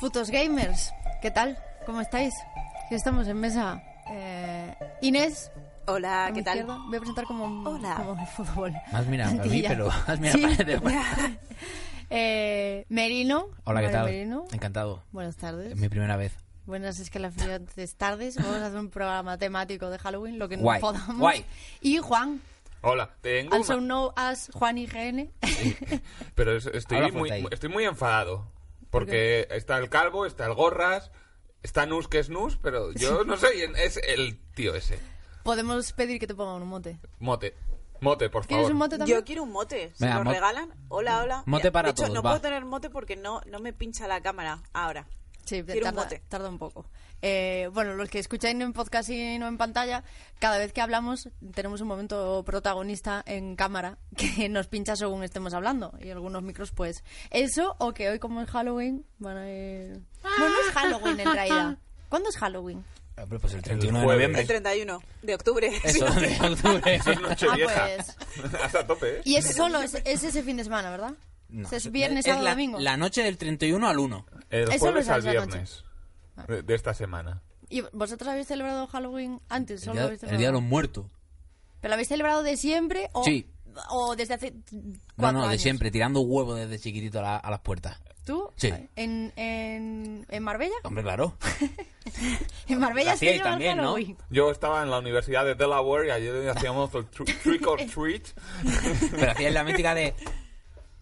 Putos gamers, ¿qué tal? ¿Cómo estáis? Aquí estamos en mesa. Eh, Inés. Hola, a mi Ah, ¿qué tal? izquierda. Voy a presentar como, Hola. como el fútbol. Más mira, a mí, Plantilla. pero has mirado Sí. para- de- Eh, Merino. Hola, ¿qué Mario tal? Merino. Encantado. Buenas tardes. Es mi primera vez. Buenas, es que la es tardes. Vamos a hacer un programa temático de Halloween, lo que Guay, nos podamos. guay. Y Juan, Hola, tengo also una- known as Juan IGN. Pero es- estoy, Habla muy, fuerte ahí. estoy muy enfadado. Porque está el Calvo, está el Gorras, está Nus que es Nus, pero yo no soy... en- Es el tío ese. Podemos pedir que te pongan un mote. Mote. Mote, por ¿Quieres favor. un mote también? Yo quiero un mote. Si Venga, lo mo- regalan, hola, hola. Mote para de hecho, todos, no va. puedo tener mote porque no, no me pincha la cámara ahora. Sí, Quiero un tarda, mote. tarda un poco. Eh, bueno, los que escucháis en podcast y no en pantalla, cada vez que hablamos tenemos un momento protagonista en cámara que nos pincha según estemos hablando y algunos micros pues eso o que hoy como es Halloween van a ir... Bueno, es Halloween en realidad. ¿Cuándo es Halloween? Ah, pero Pues el 31 de jueves. noviembre. El 31 de octubre. Eso, Sí. de octubre. Eso es Nochevieja. Ah, Hasta tope, ¿eh? Y es solo, es, es ese fin de semana, ¿verdad? No, O sea, es viernes, sábado, la, domingo. La noche del 31 al 1. El Eso jueves lo al sabes la noche. viernes de- de esta semana. ¿Y vosotros habéis celebrado Halloween antes? El Solo día, habéis el día de celebrado? los muertos. ¿Pero lo habéis celebrado de siempre o, Sí. o desde hace No, cuatro no, de años? siempre, tirando huevos desde chiquitito a, la- a las puertas. ¿Tú? Sí. ¿En, en, en Marbella? Hombre, claro. En Marbella Lo sí hacíais llevan también, ¿no? Halloween. Yo estaba en la Universidad de Delaware y ayer hacíamos el tru- trick or treat. Pero hacías la mítica de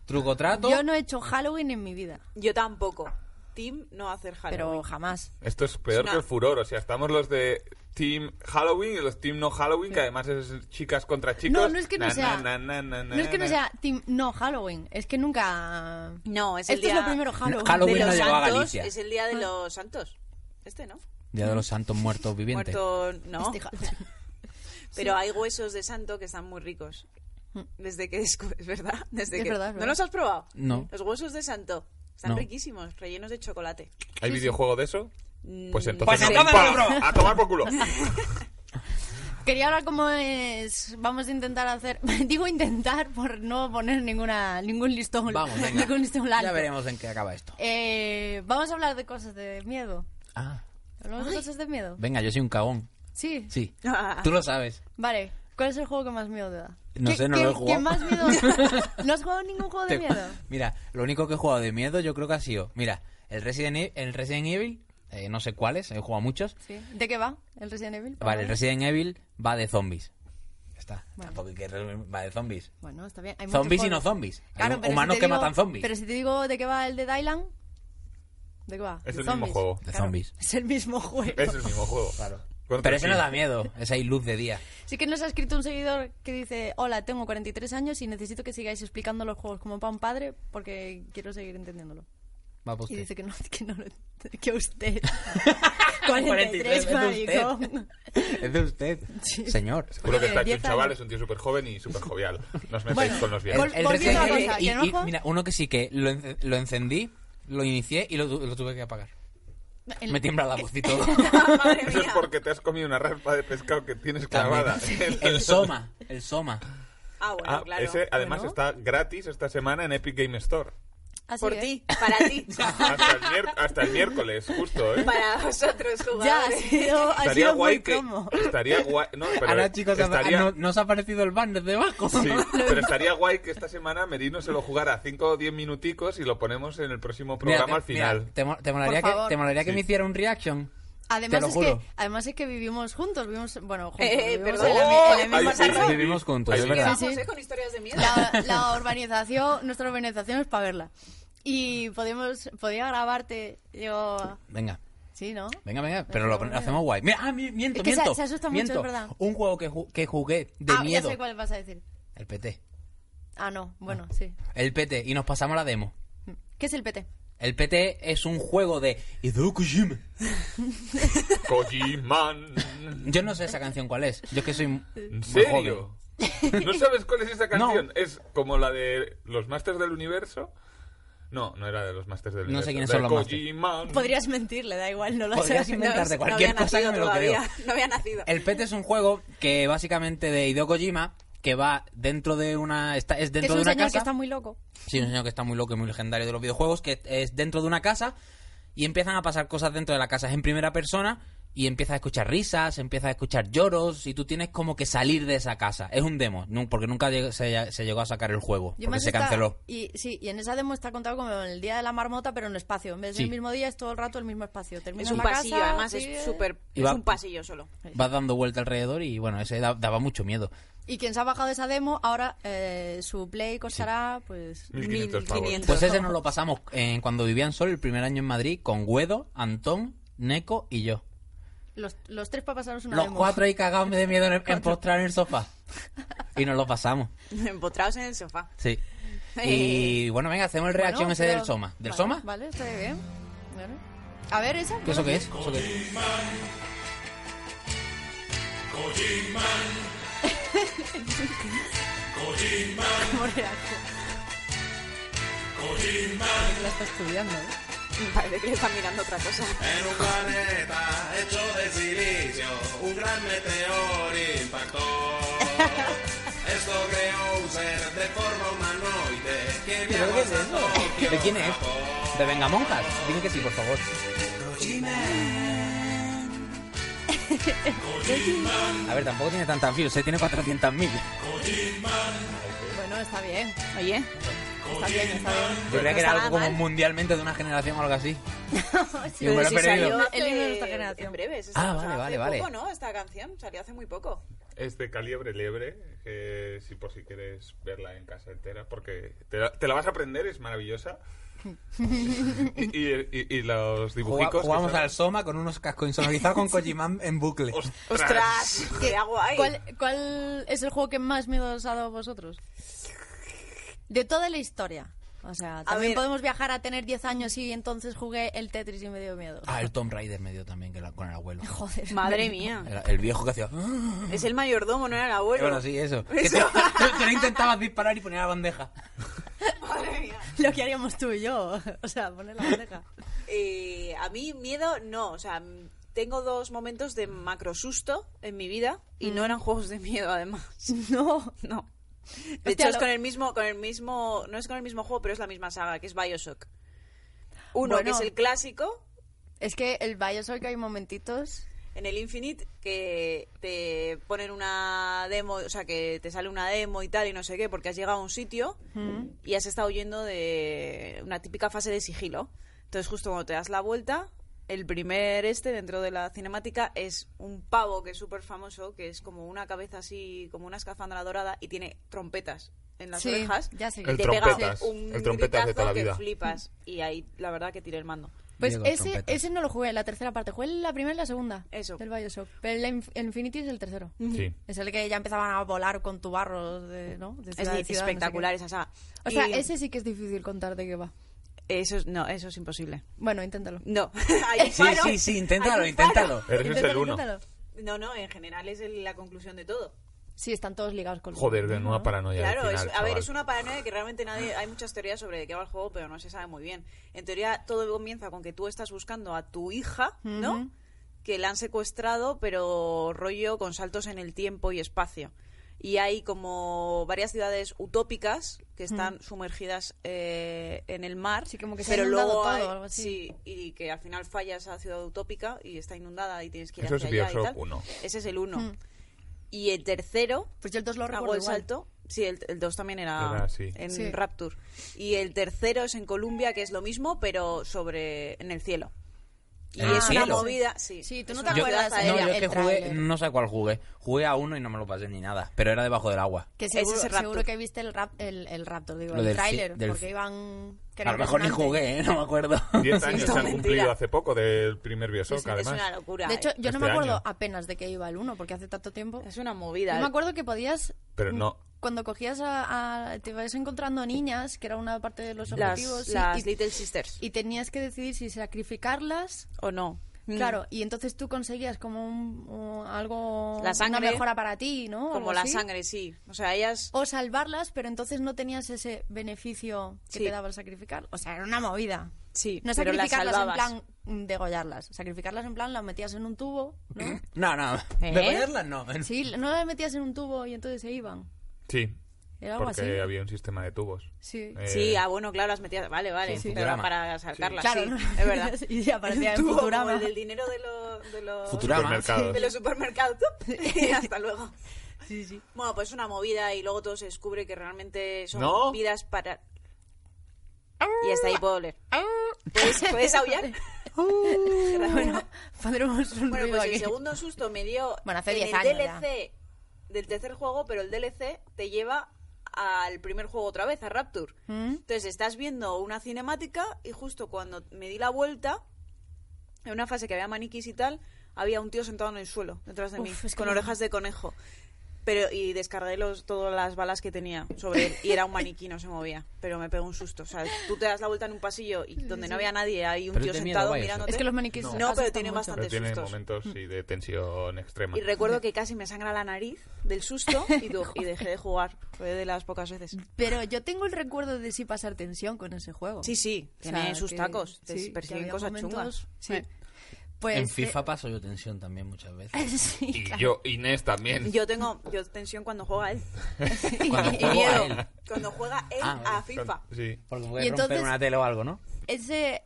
truco trato. Yo no he hecho Halloween en mi vida, Yo tampoco. Tim no va a hacer Halloween. pero jamás. Esto es peor Es una- que el furor. O sea, estamos los de Team Halloween y los Team No Halloween, que además es chicas contra chicos. Mm. No, no es que no Na, sea- na, na, na, na, No es que no na. sea team- no Halloween, es que nunca... No, es el Esto día es lo primero Ah. Halloween. Halloween de no los llegó a santos. Galicia. Es el día de los santos. Este, ¿no? Día de los santos muertos vivientes. Muerto, no. Este Halloween. Pero hay huesos de santo que están muy ricos. Desde que descu- es verdad, desde Mm. Es que verdad, es ¿No verdad. los has probado? No. Los huesos de santo están No. riquísimos, rellenos de chocolate. ¿Hay videojuego de eso? Mm. Pues entonces. Pues no. acábalo, ¡Pam! ¡A tomar por culo! Quería hablar cómo es... Vamos a intentar hacer... Digo intentar por no poner ninguna ningún listón. Vamos, venga. Ningún listón largo. Ya veremos en qué acaba esto. Eh, vamos a hablar de cosas de miedo. Ah, ¿Hablamos de cosas de miedo? venga, yo soy un cagón. Sí. Sí. Ah. Tú lo sabes. Vale. ¿Cuál es el juego que más miedo te da? No ¿Qué- sé, no qué- lo he jugado. qué más miedo? ¿No has jugado ningún juego de Te- miedo? Mira, lo único que he jugado de miedo yo creo que ha sido, mira, el Resident Evil, el Resident Evil eh, no sé cuáles, he jugado muchos. Sí. ¿De qué va el Resident Evil? Vale, el Resident Evil va de zombies. Ya está. Tampoco hay que re- va de zombies. Bueno, está bien. Hay muchos Zombies y no juegos. zombies. Hay Claro, pero si humanos te que digo- matan zombies. Pero si te digo de qué va el de Dylan, ¿de qué va? Es De el mismo juego. De zombies. Es el mismo juego. Es el mismo juego. Contra Pero ese no ti. da miedo, esa hay luz de día. Sí que nos ha escrito un seguidor que dice, hola, tengo 43 años y necesito que sigáis explicando los juegos como para un padre porque quiero seguir entendiéndolo. Va pues Y usted. dice que no, que no, lo- que usted. 43, 43, es maricón. Es de usted, señor. Seguro que Oye, está aquí un 10 chaval, años. es un tío súper joven y súper jovial. No os metáis Bueno, con los Vol- viejos. volviendo a la cosa, y- ¿que no y- juego? mira, uno que sí que lo, ence- lo encendí, lo inicié y lo, tu- lo tuve que apagar. El- Me tiembla la voz y todo. Madre Eso es mía. porque te has comido una raspa de pescado que tienes clavada. el Soma, el Soma. Ah, bueno, Ah, claro. ese además Bueno. está gratis esta semana en Epic Game Store. Así Por es. ti, para ti, Hasta el, mier- hasta el miércoles, justo, ¿eh? para vosotros Ya, ha jugadores. sido, ha Estaría sido guay muy que... promo. Estaría guay... No, pero Ahora, chicos, estaría... Ah, no, no os ha aparecido el banner debajo. Sí, pero estaría guay que esta semana Merino se lo jugara 5 o 10 minuticos y lo ponemos en el próximo Mira, programa te- al final. mira, te, mo- te molaría Por que, favor. te molaría que Sí. me hiciera un reaction Además lo es juro. que además es que vivimos juntos, vivimos bueno juntos, Eh, eh, vivimos perdón. en la mi- en la Ay, misma sí, Sarra. sí, Vivimos juntos, ¡Oh! Ahí Pues es sí. verdad. Vamos, Sí, sí. eh, con historias de miedo. la, la urbanización, nuestra urbanización es para verla. Y podíamos, podía grabarte, yo... Venga. Sí, ¿no? Venga, venga, pero lo, lo hacemos guay. Mira, ah, mi- miento, Es que se- miento. se asusta mucho, miento. es verdad. Un juego que, ju- que jugué de ah, miedo. ya sé cuál vas a decir. El PT. Ah, no, bueno, sí. El PT. Y nos pasamos la demo. ¿Qué es el PT? El PT es un juego de Hideo Kojima. Kojiman. Yo no sé esa canción cuál es. Yo es que soy m- ¿En muy serio? joven. ¿No sabes cuál es esa No. canción? Es como la de los Masters del Universo. No, no era de los Masters del No Universo. sé quiénes de son los Masters. Kojiman. Podrías mentirle, da igual, no lo Podrías sabes. inventar de no cualquier había cosa que nacido me lo todavía. creo. No había nacido. El PT es un juego que básicamente de Hideo Kojima que va dentro de una está- es Que es dentro un de una señor casa. que está muy loco. Sí, un señor que está muy loco y muy legendario de los videojuegos, que es dentro de una casa y empiezan a pasar cosas dentro de la casa. Es en primera persona y empiezas a escuchar risas, empiezas a escuchar lloros y tú tienes como que salir de esa casa. Es un demo, nu- porque nunca lleg- se, se llegó a sacar el juego, Yo me porque se asusta- canceló. Y, sí, y en esa demo está contado como el día de la marmota, pero en el espacio. En vez Sí. del mismo día, es todo el rato el mismo espacio. Terminas Es un la pasillo, casa, ¿eh? además, sigues- es súper... Y Es va- un pasillo solo. Vas dando vuelta alrededor y bueno, ese da- daba mucho miedo. Y quien se ha bajado esa demo, ahora eh, su play costará, pues... 1500 pavos. 1500. Pues ese nos lo pasamos eh, cuando vivía en Sol el primer año en Madrid con Guedo, Antón, Neco y yo. Los, los tres para pasaros una Los demo. cuatro ahí cagados de miedo en, en postrar en el sofá. Y nos lo pasamos. Empotrados en el sofá. Sí. Y bueno, venga, hacemos el Bueno, reacción ese pero- del Soma. ¿Del vale, Soma? Vale, está bien. Bueno. A ver, esa. ¿Qué eso qué es? ¿Eso qué es? ¿Cómo reacción? La está estudiando, ¿eh? Parece que le están mirando otra cosa. En un planeta hecho de silicio, un gran meteor impactó. Esto creó un ser de forma humanoide que ¿Pero qué es eso? ¿De quién es? ¿De Vengamonjas? Dime que sí, por favor. A ver, tampoco tiene tantas views, se tiene 400.000. Bueno, está bien. Oye, Está bien, está bien. Yo creía que era estaba algo como mal. mundialmente de una generación o algo así. Y me pero lo he si perdido. salió hace- El himno de nuestra generación. En breve. Ah, Ah, vale, vale, vale, hace vale. poco, ¿no? Esta canción salió hace muy poco. Es de Calibre Liebre, que si por si quieres verla en casa entera, porque te la, te la vas a aprender, es maravillosa. y, y- y- y los Juga- dibujicos... que jugamos salen- al Soma con unos cascos insonorizados con Kojimán en bucle. ¡Ostras! ¡Qué guay! ¿Cuál, ¿Cuál es el juego que más miedo os ha dado a vosotros? De toda la historia. O sea, también ver. podemos viajar a tener 10 años y entonces jugué el Tetris y me dio miedo. Ah, el Tomb Raider me dio también que la- con el abuelo. Joder. Madre mía. El, el viejo que hacía... Es el mayordomo, no era el abuelo. Bueno, sí, eso. Que Eso. tú, tú no intentabas disparar y poner la bandeja. Madre mía. Lo que haríamos tú y yo. O sea, poner la bandeja. Eh, a mí miedo no, o sea, m- tengo dos momentos de macro susto en mi vida y Mm. no eran juegos de miedo además. No. No. Hostia, De hecho es lo- con el mismo con el mismo no es con el mismo juego, pero es la misma saga, que es BioShock. Uno Bueno. que es el clásico Es que el Bioshock hay momentitos. en el Infinite que te ponen una demo, o sea, que te sale una demo y tal y no sé qué, porque has llegado a un sitio y has estado huyendo de una típica fase de sigilo. Entonces, justo cuando te das la vuelta, el primer este dentro de la cinemática es un pavo que es súper famoso, que es como una cabeza así, como una escafandra dorada y tiene trompetas en las Sí, orejas. ya sé. Y El te pega trompetas, un el trompetas de toda la gritazo que vida. flipas. Y ahí, la verdad, que tiré el mando. Pues Diego, ese, trompetas. ese no lo jugué, la tercera parte. Jugué la primera y la segunda. Eso. Del Bioshock. Pero el, Inf- el Infinity es el tercero. Sí. Es el que ya empezaban a volar con tu barro, de, ¿no? De ciudad en es ciudad, no sé espectacular qué. esa saga. o sea, Y ese sí que es difícil contar de qué va. Eso es- no, eso es imposible. Bueno, inténtalo. No. Hay un Sí, faro, sí, sí, inténtalo, hay un faro. inténtalo. Eres el uno. No, no, en general es el- la conclusión de todo. Sí, están todos ligados con... Joder, de nueva paranoia. al Claro, final, es- a ver, chaval. es una paranoia que realmente nadie. Hay muchas teorías sobre de qué va el juego, pero no se sabe muy bien. En teoría, todo comienza con que tú estás buscando a tu hija, ¿no? Que la han secuestrado, pero rollo con saltos en el tiempo y espacio. Y hay como varias ciudades utópicas que están sumergidas eh, en el mar. Sí, como que se ha pero inundado luego todo, hay- algo así. Sí, y que al final falla esa ciudad utópica y está inundada y tienes que ir Eso es hacia allá y Bioshock tal. 1. Ese es el 1. Y el tercero, Pues yo el 2 lo hago recuerdo el igual. salto. Sí, el, el dos también era, Era así. en Sí. Rapture. Y el tercero es en Colombia, que es lo mismo, pero sobre en el cielo. Y ¿En es el una Ah, cielo? movida, sí. Sí, tú Es no una te movida acuerdas de aérea. No, yo ella, es que el jugué, tráiler. no sé cuál jugué. Jugué a uno y no me lo pasé ni nada, pero era debajo del agua. Que Ese es seguro, el Raptor. seguro que viste el, rap, el, el Raptor, digo, Lo el del fi- tráiler, del porque fi- iban... que A lo eran mejor ni resonantes. jugué, ¿eh? no me acuerdo. 10 años esto se es han mentira. cumplido hace poco del primer Es, Bioshock, es además. una locura. eh. De hecho, yo no Este me acuerdo año. apenas de qué iba el 1, porque hace tanto tiempo. es una Yo movida. eh. me acuerdo que podías... Pero no. Cuando cogías a, a- te ibas encontrando niñas, que era una parte de los Las, objetivos, sí, las y, Little Sisters. y tenías que decidir si sacrificarlas, ¿O no? Mm. claro, y entonces tú conseguías como un, un- algo, La sangre, una mejora para ti, ¿no? Como Algo la así. sangre, sí. O sea, ellas... O salvarlas, pero entonces no tenías ese beneficio que Sí. te daba el sacrificar. O sea, era una movida. Sí, No pero las sacrificarlas en salvabas. plan mm, degollarlas. Sacrificarlas en plan las metías en un tubo, ¿no? No, no. ¿Eh? ¿Debatirlas? No. Sí, no las metías en un tubo y entonces se iban. Sí. Era algo Porque así. había un sistema de tubos. Sí. Eh, Sí, ah, bueno, claro, las metías. Vale, vale. Sí, sí. Pero Futurama. para sacarlas, sí. Claro, ¿no? es verdad. Y ya aparecía El en tubo, Futurama. como el del dinero de, lo- de los. Futurama. Supermercados. De los supermercados. y hasta luego. Sí, sí. Bueno, pues una movida y luego todo se descubre que realmente son ¿No? vidas para. Y hasta ahí puedo leer. ¿Puedes, puedes aullar? Gracias. Bueno, pondremos un Bueno, ruido pues el aquí. segundo susto me dio Bueno, hace en 10 el años ya. DLC del tercer juego, pero el DLC te lleva al primer juego otra vez, a Rapture. Mm. Entonces estás viendo una cinemática y justo cuando me di la vuelta, en una fase que había maniquís y tal, había un tío sentado en el suelo detrás de Uf, mí, es que con no- orejas de conejo. Pero, y descargué los, todas las balas que tenía sobre él. Y era un maniquí, no se movía. Pero me pegó un susto. O sea, tú te das la vuelta en un pasillo y donde no había nadie, hay un Pero tío es de miedo, sentado vaya, eso. mirándote. Es que los maniquíes No, asustan pero tiene mucho. bastante Pero tiene sustos. momentos sí, de tensión extrema. Y recuerdo que casi me sangra la nariz del susto y, du- y dejé de jugar. Fue de las pocas veces. Pero yo tengo el recuerdo de sí pasar tensión con ese juego. Sí, sí, O sea, tiene sus que- tacos, te sí, que persiguen había cosas momentos- chungas. Sí. Eh. Pues, En FIFA paso yo tensión también muchas veces. eh, sí, Y claro. yo, Inés también. Yo tengo yo tensión cuando juega él. Cuando Y juego a miedo. él. Cuando juega él Ah, a bueno. FIFA. Sí. Porque Y puede romper entonces- una tele o algo, ¿no? Ese,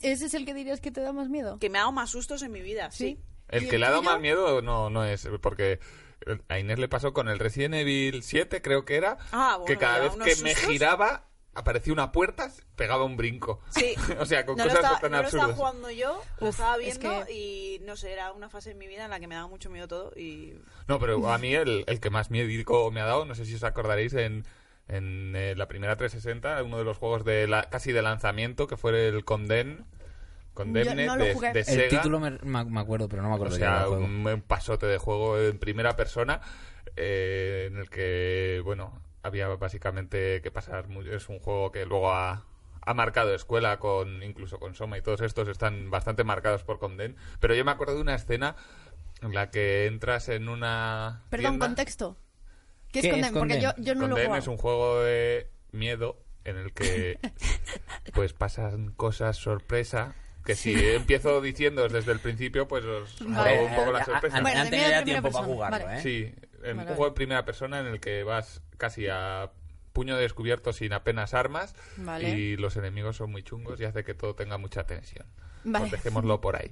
ese es el que dirías que te da más miedo. Que me ha dado más sustos en mi vida, sí. El ¿Y que el le ha dado tuyo? más miedo no, no es, porque eh, a Inés le pasó con el Resident Evil 7, creo que era, Ah, bueno, que cada ya, vez unos que me sustos. giraba aparecía una puerta, pegaba un brinco. Sí. o sea, con no cosas lo estaba, tan no lo estaba absurdas. jugando yo, lo estaba es viendo que- y no sé, era una fase en mi vida en la que me daba mucho miedo todo y No, pero a mí el, el que más miedo me ha dado, no sé si os acordaréis, en, en eh, la primera 360, uno de los juegos de la, casi de lanzamiento, que fue el Conden, Condemned Yo no lo de, jugué. de El Sega. El título me, me- me acuerdo, pero no me O acuerdo de qué era sea, el juego. un, un pasote de juego en primera persona eh, en el que, bueno, había básicamente que pasar... mu- Es un juego que luego ha, ha marcado escuela, con incluso con Soma y todos estos están bastante marcados por Conden. Pero yo me acuerdo de una escena en la que entras en una Perdón, tienda. contexto. ¿Qué, ¿Qué es Condemn? es Porque yo, Condemn? yo no lo he Conden jugado. es un juego de miedo en el que pues pasan cosas sorpresa que si empiezo diciendo desde el principio pues os Vale. robo un poco la A- sorpresa. a- Bueno, de antes miedo me en primera da tiempo para persona, jugarlo, vale. ¿eh? Sí, en Vale, un juego en primera persona en el que vas casi a puño descubierto sin apenas armas Vale. y los enemigos son muy chungos y hace que todo tenga mucha tensión. Vale. Pues dejémoslo por ahí.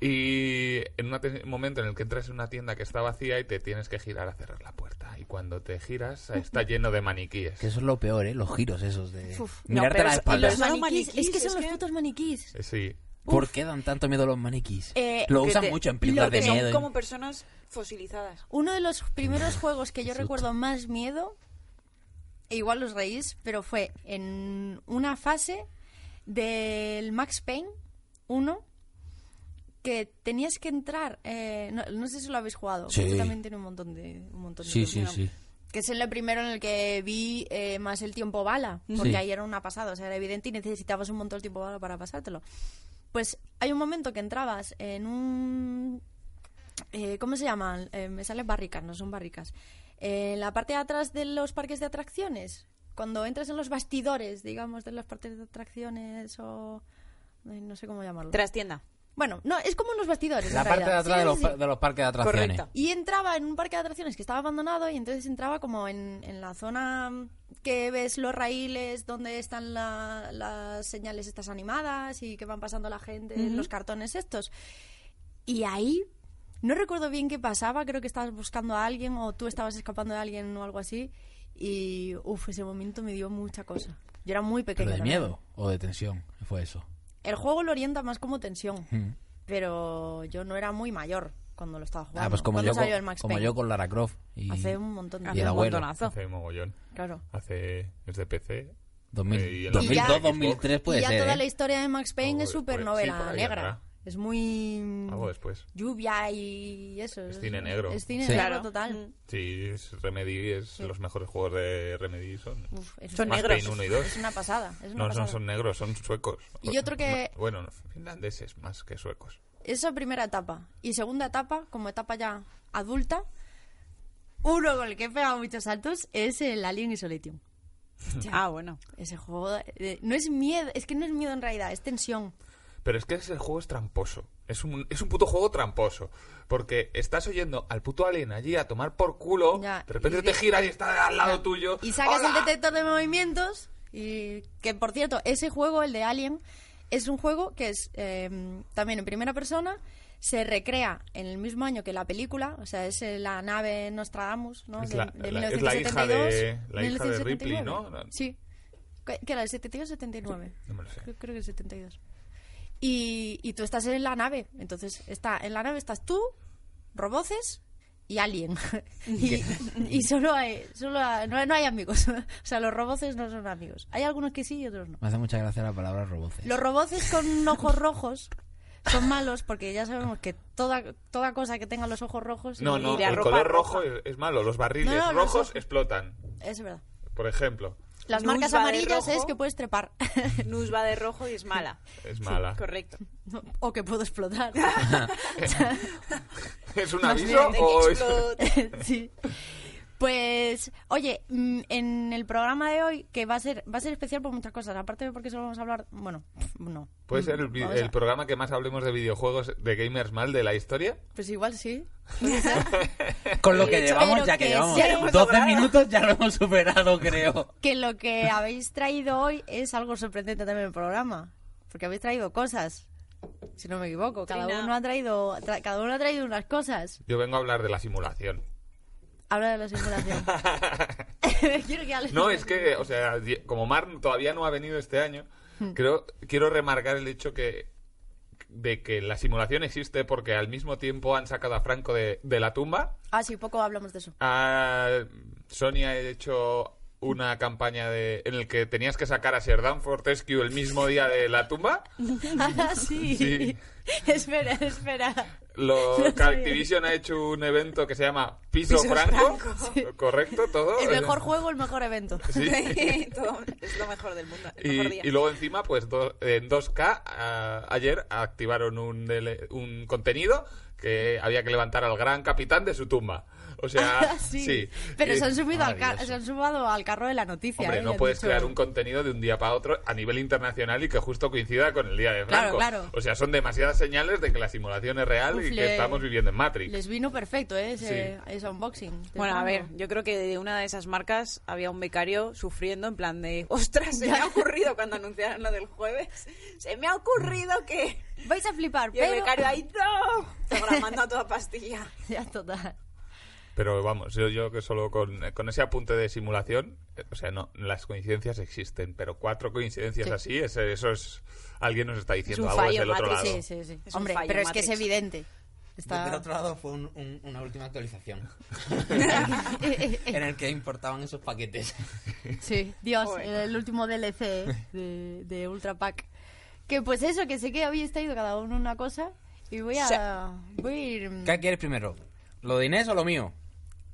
Y en un te- momento en el que entras en una tienda que está vacía y te tienes que girar a cerrar la puerta. Y cuando te giras está lleno de maniquíes. Que eso es lo peor, ¿eh? Los giros esos de Uf. mirarte No, pero la eso- espalda. pero eso- Son Maniquís, maniquís, es que son es los que- putos maniquís. Eh, Sí. ¿Por qué dan tanto miedo los maniquís? Eh, lo que usan te- mucho en lo películas que de son miedo. y- como personas fosilizadas. Uno de los primeros juegos que yo susto. recuerdo más miedo, e igual os reís, pero fue en una fase del Max Payne 1 que tenías que entrar, eh, no, no sé si lo habéis jugado, Sí. porque también tiene un montón de... Un montón de Sí, sí, tiempo. sí. Que es el primero en el que vi eh, más el tiempo bala, porque Sí. ahí era una pasada, o sea, era evidente y necesitabas un montón de tiempo bala para pasártelo. Pues hay un momento que entrabas en un... eh, ¿Cómo se llaman? Eh, me salen barricas, no son barricas. Eh, en la parte de atrás de los parques de atracciones, cuando entras en los bastidores, digamos, de los parques de atracciones o... ay, No sé cómo llamarlo. Trastienda. bueno, no, es como unos bastidores. La en parte de realidad. atrás Sí, de, los, sí, sí. de los parques de atracciones. Correcto. Y entraba en un parque de atracciones que estaba abandonado y entonces entraba como en, en la zona que ves los raíles, donde están la- las señales estas animadas y que van pasando la gente, los cartones estos. Y ahí, no recuerdo bien qué pasaba, creo que estabas buscando a alguien o tú estabas escapando de alguien o algo así. Y, uff, ese momento me dio mucha cosa. Yo era muy ¿Pero pequeña. de también. miedo o de tensión? Fue eso. El juego lo orienta más como tensión. Pero yo no era muy mayor cuando lo estaba jugando. Mm. Ah, pues como ¿Cuándo yo, salió con- el Max como Payne? yo con Lara Croft. Y Hace un montón de y Hace el un abuelo. montonazo. Hace mogollón. Claro. Hace. Es de PC. 2000, Eh, y el- 2002, Y ya- 2003 puede y ya ser. toda ¿eh? la historia de Max Payne Algo es después. súper Ah, pues Sí, novela por ahí negra. andará. Es muy Algo después. lluvia y eso. Es cine negro. Es cine Sí. negro Claro. Mm. total. Sí, es Remedy. Es los mejores juegos de Remedy. Son. Uf, es, Son una- Max negros. Payne 1 y 2. es una pasada. Es una No, pasada. no son negros, son suecos. Y otro que- No, Bueno, finlandeses más que suecos. Esa primera etapa. Y segunda etapa, como etapa ya adulta, uno con el que he pegado muchos saltos es el Alien Isolation. Ah, bueno. Ese juego eh, no es miedo, es que no es miedo en realidad, es tensión. Pero es que ese juego es tramposo. Es un, es un puto juego tramposo. Porque estás oyendo al puto alien allí a tomar por culo. Ya, de repente y- te giras y está al lado tuyo. Y sacas ¡Hola! el detector de movimientos y que por cierto, ese juego el de Alien es un juego que es eh, también en primera persona se recrea en el mismo año que la película, o sea, es eh, la nave Nostradamus, ¿no? Es De- la- de la- es la hija de- 1972, la hija de Ripley, 1979. ¿no? Sí. ¿Qué qué era? ¿El 72 o 79? No me lo sé. Creo, creo que es 72. Y, y tú estás en la nave. Entonces, está en la nave estás tú, roboces y alien. y, y solo hay, solo hay- no, hay- no hay amigos. o sea, los roboces no son amigos. Hay algunos que sí y otros no. Me hace mucha gracia la palabra ¿eh? roboces. Los roboces con ojos rojos son malos porque ya sabemos que toda, toda cosa que tenga los ojos rojos... No, no, Y la el ropa color roja. rojo es, es malo. Los barriles No, no, los rojos ojos. explotan, Es verdad. por ejemplo. Las Luz marcas va de amarillas rojo. es que puedes trepar. Nus va de rojo y es mala. Es mala. Correcto. No, o que puedo explotar. ¿Es un Más aviso Tiene que o es- explot- sí. Pues, oye, mm, en el programa de hoy, que va a ser, va a ser especial por muchas cosas, aparte de porque solo vamos a hablar, bueno, no. Puede ser el, vi- Vamos a- el programa que más hablemos de videojuegos de gamers mal de la historia. Pues igual sí. Con lo que Espero llevamos, ya que que llevamos sí. 12 minutos, ya lo hemos superado, creo. Que lo que habéis traído hoy es algo sorprendente también en el programa, porque habéis traído cosas, si no me equivoco. Cada Trina. uno ha traído, tra- cada uno ha traído unas cosas. Yo vengo a hablar de la simulación. Habla de la simulación. Quiero que hables. No, es que, o sea, di- como Mar todavía no ha venido este año, Hmm. creo, quiero remarcar el hecho que de que la simulación existe porque al mismo tiempo han sacado a Franco de, de la tumba. Ah, sí, poco hablamos de eso. a- Sony ha hecho una campaña de, en el que tenías que sacar a Sir Fortescue el mismo día de la tumba. Ah, sí. Sí. espera, espera. Lo, No que sabía. Activision ha hecho un evento que se llama Piso, Piso Franco. Franco. Correcto, todo. El mejor juego, el mejor evento. Sí. Todo- es lo mejor del mundo. el mejor día. Y, y luego encima, pues do- en 2K a- ayer activaron un, DL un contenido que había que levantar al gran capitán de su tumba. O sea, Ah, sí. sí. Pero Y- se han, subido al ca- Eh, maravilloso. se han sumado al carro de la noticia. Hombre, ¿eh? no Han puedes dicho- crear un contenido de un día para otro a nivel internacional y que justo coincida con el día de Claro, Franco. claro. O sea, son demasiadas señales de que la simulación es real Uf, y que le- estamos viviendo en Matrix. Les vino perfecto ¿eh? ese, ese unboxing. Bueno, a ver, yo creo que de una de esas marcas había un becario sufriendo en plan de, ostras, se me ha ocurrido cuando anunciaron lo del jueves, se me ha ocurrido que... Vais a flipar, Y el pero... becario ahí, no, programando a toda pastilla. Ya, total. Pero vamos, yo, yo que solo con, con ese apunte de simulación, eh, o sea, no, las coincidencias existen, pero cuatro coincidencias Sí. así, es- eso es. Alguien nos está diciendo un algo fallo desde el otro Matrix, lado. Sí, sí, sí. Es un Hombre, fallo, pero es que es Matrix. evidente. Está... Del otro lado fue un- un- una última actualización Eh, en el que importaban esos paquetes. Sí, Dios, Joder. el último DLC ¿eh? de, de Ultra Pack. Que pues eso, que sé que habéis traído cada uno una cosa y voy a... Voy a ir... ¿Qué quieres primero? ¿Lo de Inés o lo mío?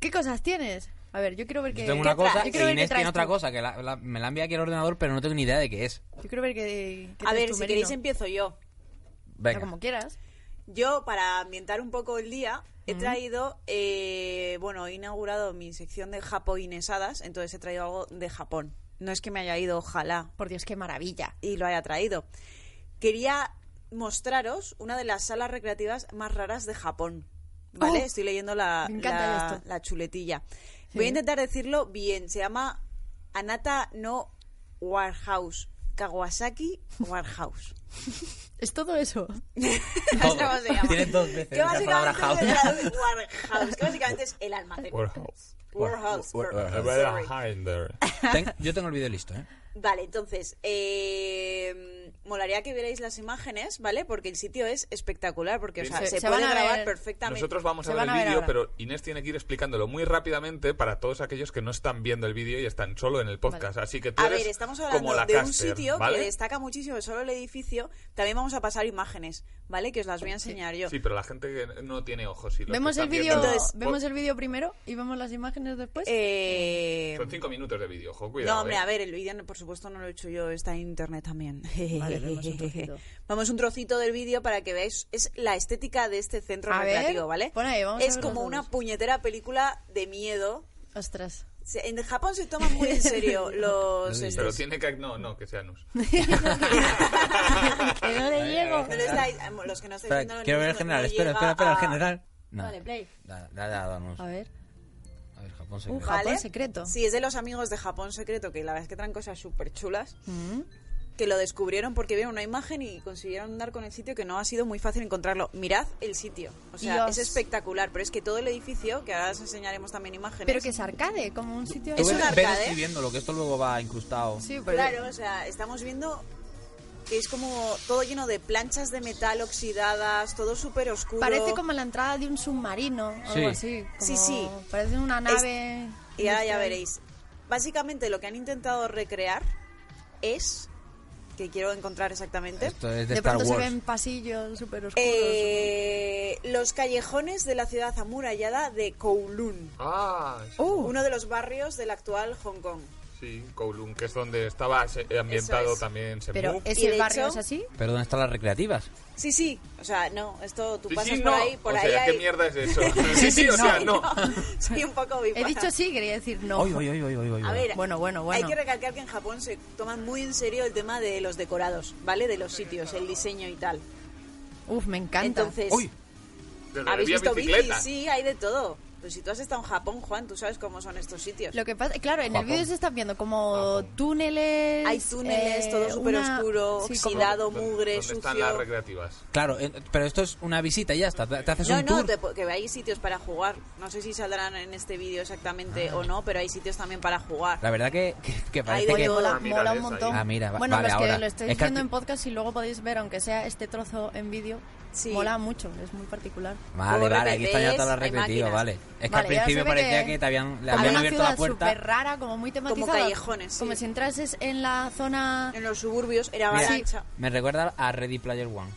¿Qué cosas tienes? A ver, yo quiero ver que... Yo tengo una cosa yo y quiero ver qué Inés traes tiene otra tú. cosa que la- la- me la envía aquí al ordenador, pero no tengo ni idea de qué es. Yo quiero ver que... que A traes ver, tú, si Merino. queréis empiezo yo. Pero Venga. Como quieras. Yo, para ambientar un poco el día, he traído, eh, bueno, he inaugurado mi sección de japoinesadas, entonces he traído algo de Japón. No es que me haya ido, ojalá, Por Dios, qué maravilla. y lo haya traído. Quería mostraros una de las salas recreativas más raras de Japón. ¿Vale? Oh, Estoy leyendo la, me encanta la- esto. la chuletilla. Sí. Voy a intentar decirlo bien. Se llama Anata no Warehouse. Kawasaki Warehouse. Es todo eso. Es Todo. como se llama. Tienes dos veces Que esa palabra básicamente house. es el- warehouse, que básicamente es el almacén. Warehouse. Warehouse. Wa- wa- sorry. Warehouse. Ten- yo tengo el vídeo listo, ¿eh? Vale, entonces, eh, molaría que vierais las imágenes, ¿vale? Porque el sitio es espectacular, porque o Sí. sea, Se- se, se puede van a grabar ver. perfectamente. Nosotros vamos a Se ver van a el ver vídeo, ahora. pero Inés tiene que ir explicándolo muy rápidamente para todos aquellos que no están viendo el vídeo y están solo en el podcast. Así que tú A eres ver, estamos como hablando la de un caster, sitio ¿vale? que destaca muchísimo, solo el edificio. También vamos a pasar imágenes, ¿vale? Que os las voy a enseñar yo. Sí, pero la gente que no tiene ojos. Y los Vemos que el están vídeo, viendo- oh, Entonces, vemos po- el vídeo primero y vemos las imágenes después. Eh, Son cinco minutos de vídeo, ojo, cuidado. no, hombre, eh. a ver, el vídeo por supuesto no lo he hecho yo, está en internet también. Vale, vemos un trocito. Vamos un trocito del vídeo para que veáis, es la estética de este centro A ver, recreativo, ¿vale? pon ahí, vamos a es ver como los una dados. puñetera película de miedo. Ostras. Se- En Japón se toman muy en serio los... Pero estos. tiene que... No, no, que sea Nus. que no le llego. No lo estáis- los que no estáis Espera, viendo lo quiero ver el mismo, no general, espera, llega espera, espera, el a- general. No. Vale, play. Da, da, da, danos. A ver. A ver, Japón se Un queda. Japón secreto. Sí, es de los amigos de Japón secreto, que la verdad es que traen cosas súper chulas. Mm. Que lo descubrieron porque vieron una imagen y consiguieron dar con el sitio que no ha sido muy fácil encontrarlo. Mirad el sitio. O sea, Dios. es espectacular, pero es que todo el edificio, que ahora os enseñaremos también imágenes. Pero que es arcade, como un sitio... Es Tú un ves- arcade. ves escribiendo lo que esto luego va incrustado. Sí, pero... Claro, o sea, estamos viendo que es como todo lleno de planchas de metal oxidadas, todo súper oscuro. Parece como la entrada de un submarino o algo Sí. así. como- Sí, sí. Parece una nave... Y ahora ya industrial. veréis. Básicamente lo que han intentado recrear es que quiero encontrar exactamente. Esto es De, de, Star pronto Wars. se ven pasillos súper oscuros. Eh, los callejones de la ciudad amurallada de Kowloon, Ah, sí. Oh. uno de los barrios del actual Hong Kong. Sí, Kowloon, que es donde estaba se- eh, ambientado Eso es. también Shenmue. Pero Y ese de barrio hecho- es así. Pero ¿dónde están las recreativas? Sí, sí, o sea, no, esto tú Sí, pasas sí, por no. ahí, por o ahí sea, hay... ¿qué mierda es eso? sí, sí, o sea, no. Soy un poco He bipara. dicho sí, quería decir no. Oy, oy, oy, oy, oy, oy, A oy. ver, Bueno, bueno, bueno. Hay que recalcar que en Japón se toman muy en serio el tema de los decorados, ¿vale? De los sitios, el diseño y tal. Uf, me encanta. Entonces, Uy, Desde ¿habéis vía visto bicis? bicicleta. Sí, hay de todo. Pues si tú has estado en Japón, Juan, tú sabes cómo son estos sitios. Lo que pasa, claro, en Japón. el vídeo se están viendo como túneles. Hay túneles, eh, todo súper una- oscuro, sí, como- oxidado, ¿Dónde- mugre, ¿Dónde sucio. están las recreativas? claro, eh, pero esto es una visita y ya está. Te te haces no, un no, tour. te po- que hay sitios para jugar. No sé si saldrán en este vídeo exactamente Ah. o no, pero hay sitios también para jugar. La verdad que, que, que Ahí parece voy que... yo. Mola, Ah, mira, mola un ves ahí. montón. Ah, mira, va- bueno, vale, los que ahora. lo estáis Es que viendo al- en podcast y luego podéis ver, aunque sea este trozo en vídeo, Sí. mola mucho, es muy particular. Vale, Luego vale, aquí están ya todas las hay máquinas. recreativas, vale. Es que Vale, al ya se principio ve parecía que que te habían, le como habían una abierto ciudad la súper puerta. rara, como muy tematizada. callejones, sí. Como si entrases en la zona... En los suburbios era Mira, avalancha. me recuerda a Ready Player One.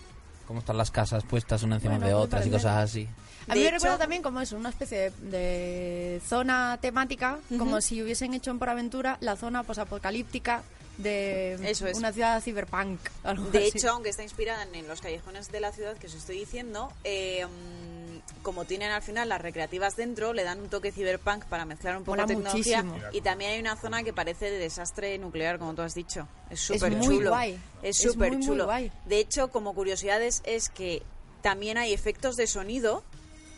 Cómo están las casas puestas una encima Bueno, de puede otras y parecer. cosas así. A mí De me hecho- recuerda también como es una especie de, de zona temática, como si hubiesen hecho en Por Aventura la zona posapocalíptica de Eso es. una ciudad cyberpunk. algo De así. hecho, aunque está inspirada en los callejones de la ciudad que os estoy diciendo, eh, mm, como tienen al final las recreativas dentro, le dan un toque cyberpunk para mezclar un poco Mola tecnología. muchísimo. Y también hay una zona que parece de desastre nuclear, como tú has dicho. Es Es súper muy chulo. guay. Es Es muy, súper muy chulo. guay. De hecho, como curiosidades, es que también hay efectos de sonido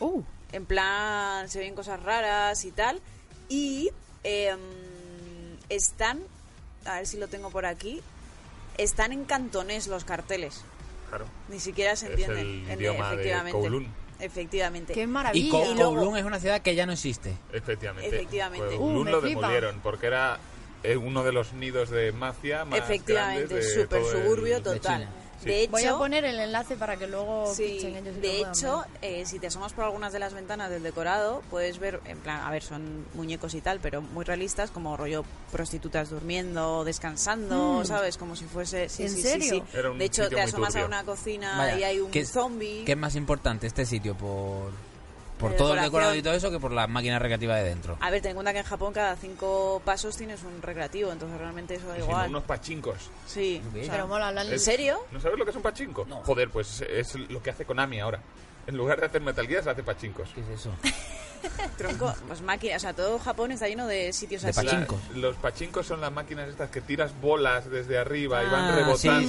Uh, en plan, se ven cosas raras y tal. Y eh, están, a ver si lo tengo por aquí, están en cantonés los carteles. Claro. Ni siquiera se Es entiende. el en- idioma de efectivamente. Kowloon. Efectivamente. qué Y maravilla. Ko- Y luego- Kowloon es una ciudad que ya no existe. Efectivamente. Pues Efectivamente. Kowloon Uh, me lo flipa. demolieron porque era eh, uno de los nidos de mafia más Efectivamente, grandes de súper todo el- suburbio de total. China. De, Sí. hecho, Voy a poner el enlace para que luego sí, pinchen ellos y lo de puedan hecho ver. eh, si te asomas por algunas de las ventanas del decorado, puedes ver, en plan, a ver, son muñecos y tal, pero muy realistas, como rollo prostitutas durmiendo, descansando, ¿sabes? Como si fuese... sí, Mm. ¿En sí, sí, serio? sí. Era un De hecho, sitio te muy asomas a turbio. una cocina Vaya, y hay un ¿qué- zombie. ¿Qué es más importante este sitio por, por La todo el decoración. Ah. decorado y todo eso que por las máquinas recreativas de dentro? A ver, ten en cuenta que en Japón cada cinco pasos tienes un recreativo, entonces realmente eso da Y si no, igual. unos pachincos. Sí. Muy bien. o sea, Pero mola, hablan- ¿En serio? ¿No sabes lo que es un pachinko? No. Joder, pues es lo que hace Konami ahora. En lugar de hacer Metal Gear, se hace pachincos. ¿Qué es eso? Tronco, pues máquinas, o sea, todo Japón está lleno de sitios De así. La- pachinko. los pachincos son las máquinas estas que tiras bolas desde arriba y van Ah, rebotando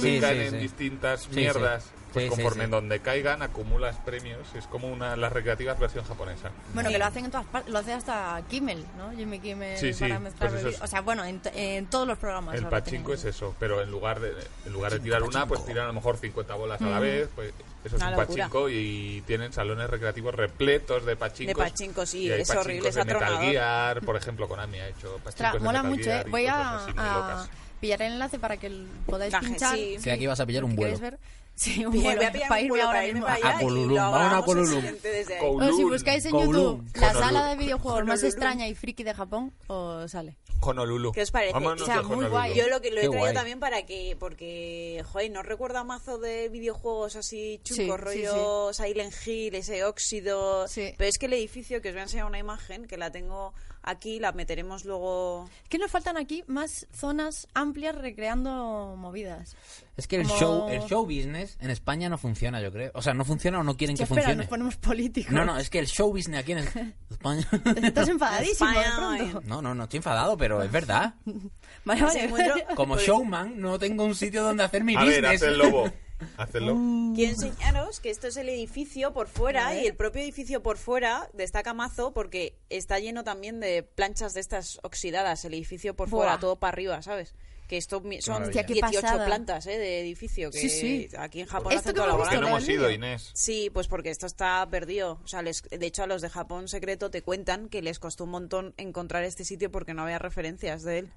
sí, sí, y caen sí, en sí. distintas Sí, mierdas. sí. Sí, Pues sí, conforme sí. en donde caigan, acumulas premios. Es como una las recreativas versión japonesa. Bueno, que lo hacen en todas partes, lo hace hasta Kimmel, ¿no? Jimmy Kimmel Sí, sí, para mezclar pues eso bebidas. es- O sea, bueno, en, t- en todos los programas. El ahora pachinko tienen. es eso, pero en lugar de en lugar de tirar una, pues tiran a lo mejor 50 bolas a la vez, pues eso es Mm. Una un locura. pachinko y tienen salones recreativos repletos de pachincos. De pachincos, sí, y hay es horrible, pachincos es de Metal atronador. Gear, por ejemplo, Konami ha hecho pachincos Ostras, de mola Metal mucho, Gear ¿eh? y Voy cosas a, así muy a locas. pillar el enlace para que l- podáis Taje, pinchar. sí. si Sí, aquí vas a pillar un vuelo. ¿Queréis ver? Sí, un Bien, vuelo voy a pillar para un irme vuelo ahora para irme mismo. para allá A y lo Colulum, vamos a grabamos el Colulum. siguiente desde ahí. Kowloon. O si buscáis en Kowloon, YouTube la sala de Honolulu. videojuegos más Honolulu. extraña y friki de Japón, os sale. Honolulu. ¿Qué os parece? Vámonos O sea, de muy Honolulu. guay. Ah, Yo lo que lo he Qué traído guay. también para que, porque, joder, no recuerda mazo de videojuegos así chungos, Sí, sí, rollo Silent Hill, ese óxido. Sí. Pero es que el edificio, que os voy a enseñar una imagen, que la tengo aquí, la meteremos luego. ¿Qué nos faltan aquí? Más zonas amplias recreando movidas. Es que el Como- show, el show business en España no funciona, yo creo. O sea, no funciona o no quieren Ya, que espera, funcione. nos ponemos políticos. No, no, es que el show business aquí en España. Estás enfadadísimo de España, pronto. No, no, no estoy enfadado, pero es verdad. Vale, vale. Ese encuentro- Como Pues- showman no tengo un sitio donde hacer mi A business. ver, haz el lobo. Haz el lobo. Uh, Mm. Quiero enseñaros que esto es el edificio por fuera y el propio edificio por fuera destaca mazo porque está lleno también de planchas de estas oxidadas, el edificio por Buah. fuera, todo para arriba, ¿sabes? Que esto mi- son Hostia, qué 18 pasada. plantas ¿eh? de edificio que Sí, sí. aquí en Japón Esto hacen que toda me la ¿Por gusta, qué barbacoa. no Hola, hemos ido, Olivia. Inés? Sí, pues porque esto está perdido. O sea, les, de hecho a los de Japón secreto te cuentan que les costó un montón encontrar este sitio porque no había referencias de él.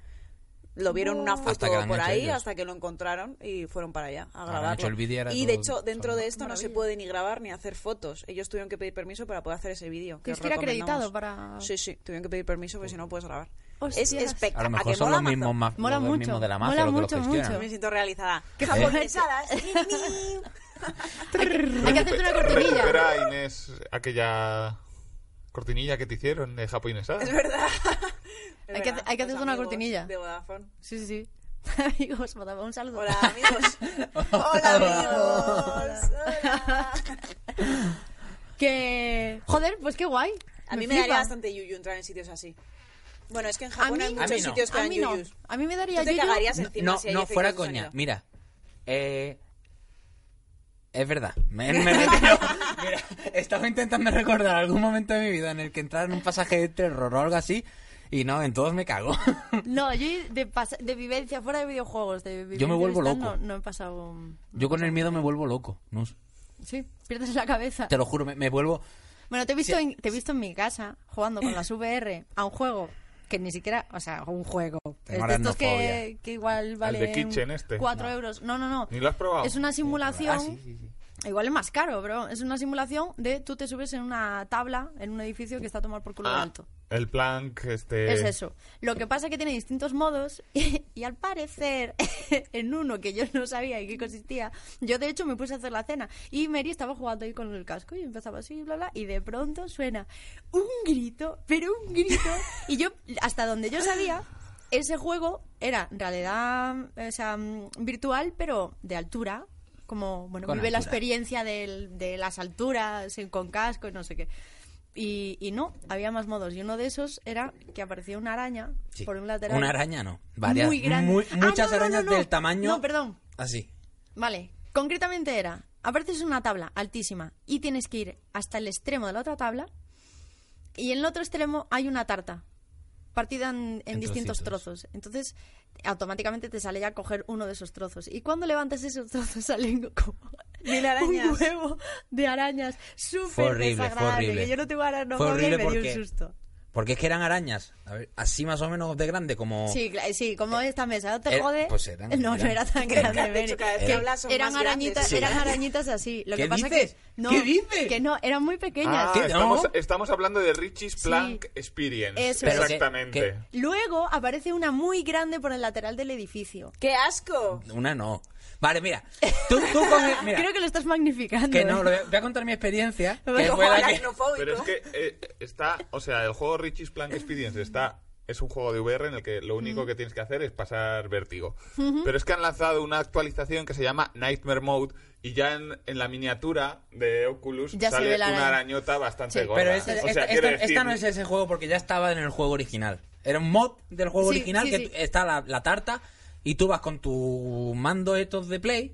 Lo vieron una foto Hasta que lo han por hecho ahí ellos. hasta que lo encontraron y fueron para allá a Ahora han grabarlo. hecho el vídeo y ahora y de todo hecho dentro solo. de esto no se Maravilla. puede ni grabar ni hacer fotos. Ellos tuvieron que pedir permiso para poder hacer ese vídeo. Que os es que era recomendamos. acreditado para- Sí, sí, tuvieron que pedir permiso porque si no puedes grabar. Hostias. Es A lo espectacular. mejor son los mismos, ma- Mola los mucho, mismos de la mola mafia los que mucho, los mucho. gestionan. Me siento realizada. Qué Japonesadas. Hay que hacerte una cortinilla. Recupera, Inés, aquella cortinilla que te hicieron de japonesada. es verdad. Es Hay que verdad. hacer- hay que Los hacerte una amigos cortinilla. De Vodafone. Sí, sí, sí. Amigos, Vodafone, un saludo. Hola amigos. Hola amigos. Hola. Que. Joder, pues qué guay. A mí me, flipa. daría bastante yuyu entrar en sitios así. Bueno, es que en Japón mí- hay A muchos mí no. sitios que A dan mí no. yuyus. A mí me daría Tú te yuyu. cagarías encima No, si hay no, efectos fuera de coña. sonido. Mira. Eh, es verdad. Me, me retiro. Mira, estaba intentando recordar algún momento de mi vida en el que entrara en un pasaje de terror o algo así. Y no, en todos me cago. No, yo de, pas- de vivencia fuera de videojuegos. De vivencia Yo me vuelvo vital, No, loco. no he pasado. Yo con el miedo me vuelvo loco. No sé. Sí, pierdes la cabeza. Te lo juro, me, me vuelvo. Bueno, te he, visto Sí. en, te he visto en mi casa jugando con las VR a un juego que ni siquiera, o sea, un juego. Te Es de estos que, que igual vale Kitchen este? 4 No. euros. No, no, no. ¿Ni lo has probado? Es una simulación. Ah, sí, sí, sí. Igual es más caro, pero es una simulación de tú te subes en una tabla en un edificio que está a tomar por Ah. culo de alto. El plank, este... Eh, Es eso. Lo que pasa es que tiene distintos modos y, y al parecer en uno que yo no sabía en qué consistía, yo de hecho me puse a hacer la cena y Mary estaba jugando ahí con el casco y empezaba así, bla, bla, y de pronto suena un grito, pero un grito. Y yo, hasta donde yo sabía, ese juego era realidad o sea, mm, virtual, pero de altura. Como, bueno, Con vive la altura. experiencia del- de las alturas, eh, con casco y no sé qué. Y, y no, había más modos. Y uno de esos era que aparecía una araña Sí. por un lateral. Una araña no. Varias. muy grande. muy- Ah, no, muchas no, arañas no, no. del tamaño. No, perdón. Así. Vale, concretamente era, apareces en una tabla altísima y tienes que ir hasta el extremo de la otra tabla y en el otro extremo hay una tarta partida en, en En distintos trocitos. trozos. Entonces, automáticamente te sale ya coger uno de esos trozos. Y cuando levantas esos trozos salen como Mil arañas. un huevo de arañas Fue súper horrible, fue desagradable. horrible. Que yo no tengo Fue aracnofobia y horrible me porque. dio un susto. Porque es que eran arañas. A ver, así más o menos de grande, como. Sí, cla- sí, como esta mesa, ¿no te Era- jode? Eh, pues eran- no, no eran- era tan eran- grande, De hecho, Mary. cada vez que Que hablas son eran más arañitas, grandes. eran arañitas así. Lo ¿Qué que pasa dices? que no, ¿Qué dices? que no, eran muy pequeñas. Ah, ¿Qué? estamos, ¿No? estamos hablando de Richie's Sí. Plank Experience. Eso es. Pero que- Exactamente. que- Luego aparece una muy grande por el lateral del edificio. ¡Qué asco! Una no. Vale, mira. Tú, tú coges- mira, Creo que lo estás magnificando. que ¿eh? no, lo voy a, voy a contar mi experiencia. Como que Como fue la que- aracnofóbico. Pero es que eh, está, o sea, el juego Richie's Plank Experience está es un juego de VR en el que lo único que tienes que hacer es pasar vértigo. Pero es que han lanzado una actualización que se llama Nightmare Mode y ya en, en la miniatura de Oculus Ya se sale ve la una araña. arañota bastante Sí. gorda. Pero este- O sea, esta, quiero esta- esta decir- no es ese juego porque ya estaba en el juego original. Era un mod del juego Sí, original sí, que sí. tú- está la, la tarta y tú vas con tu mando estos de play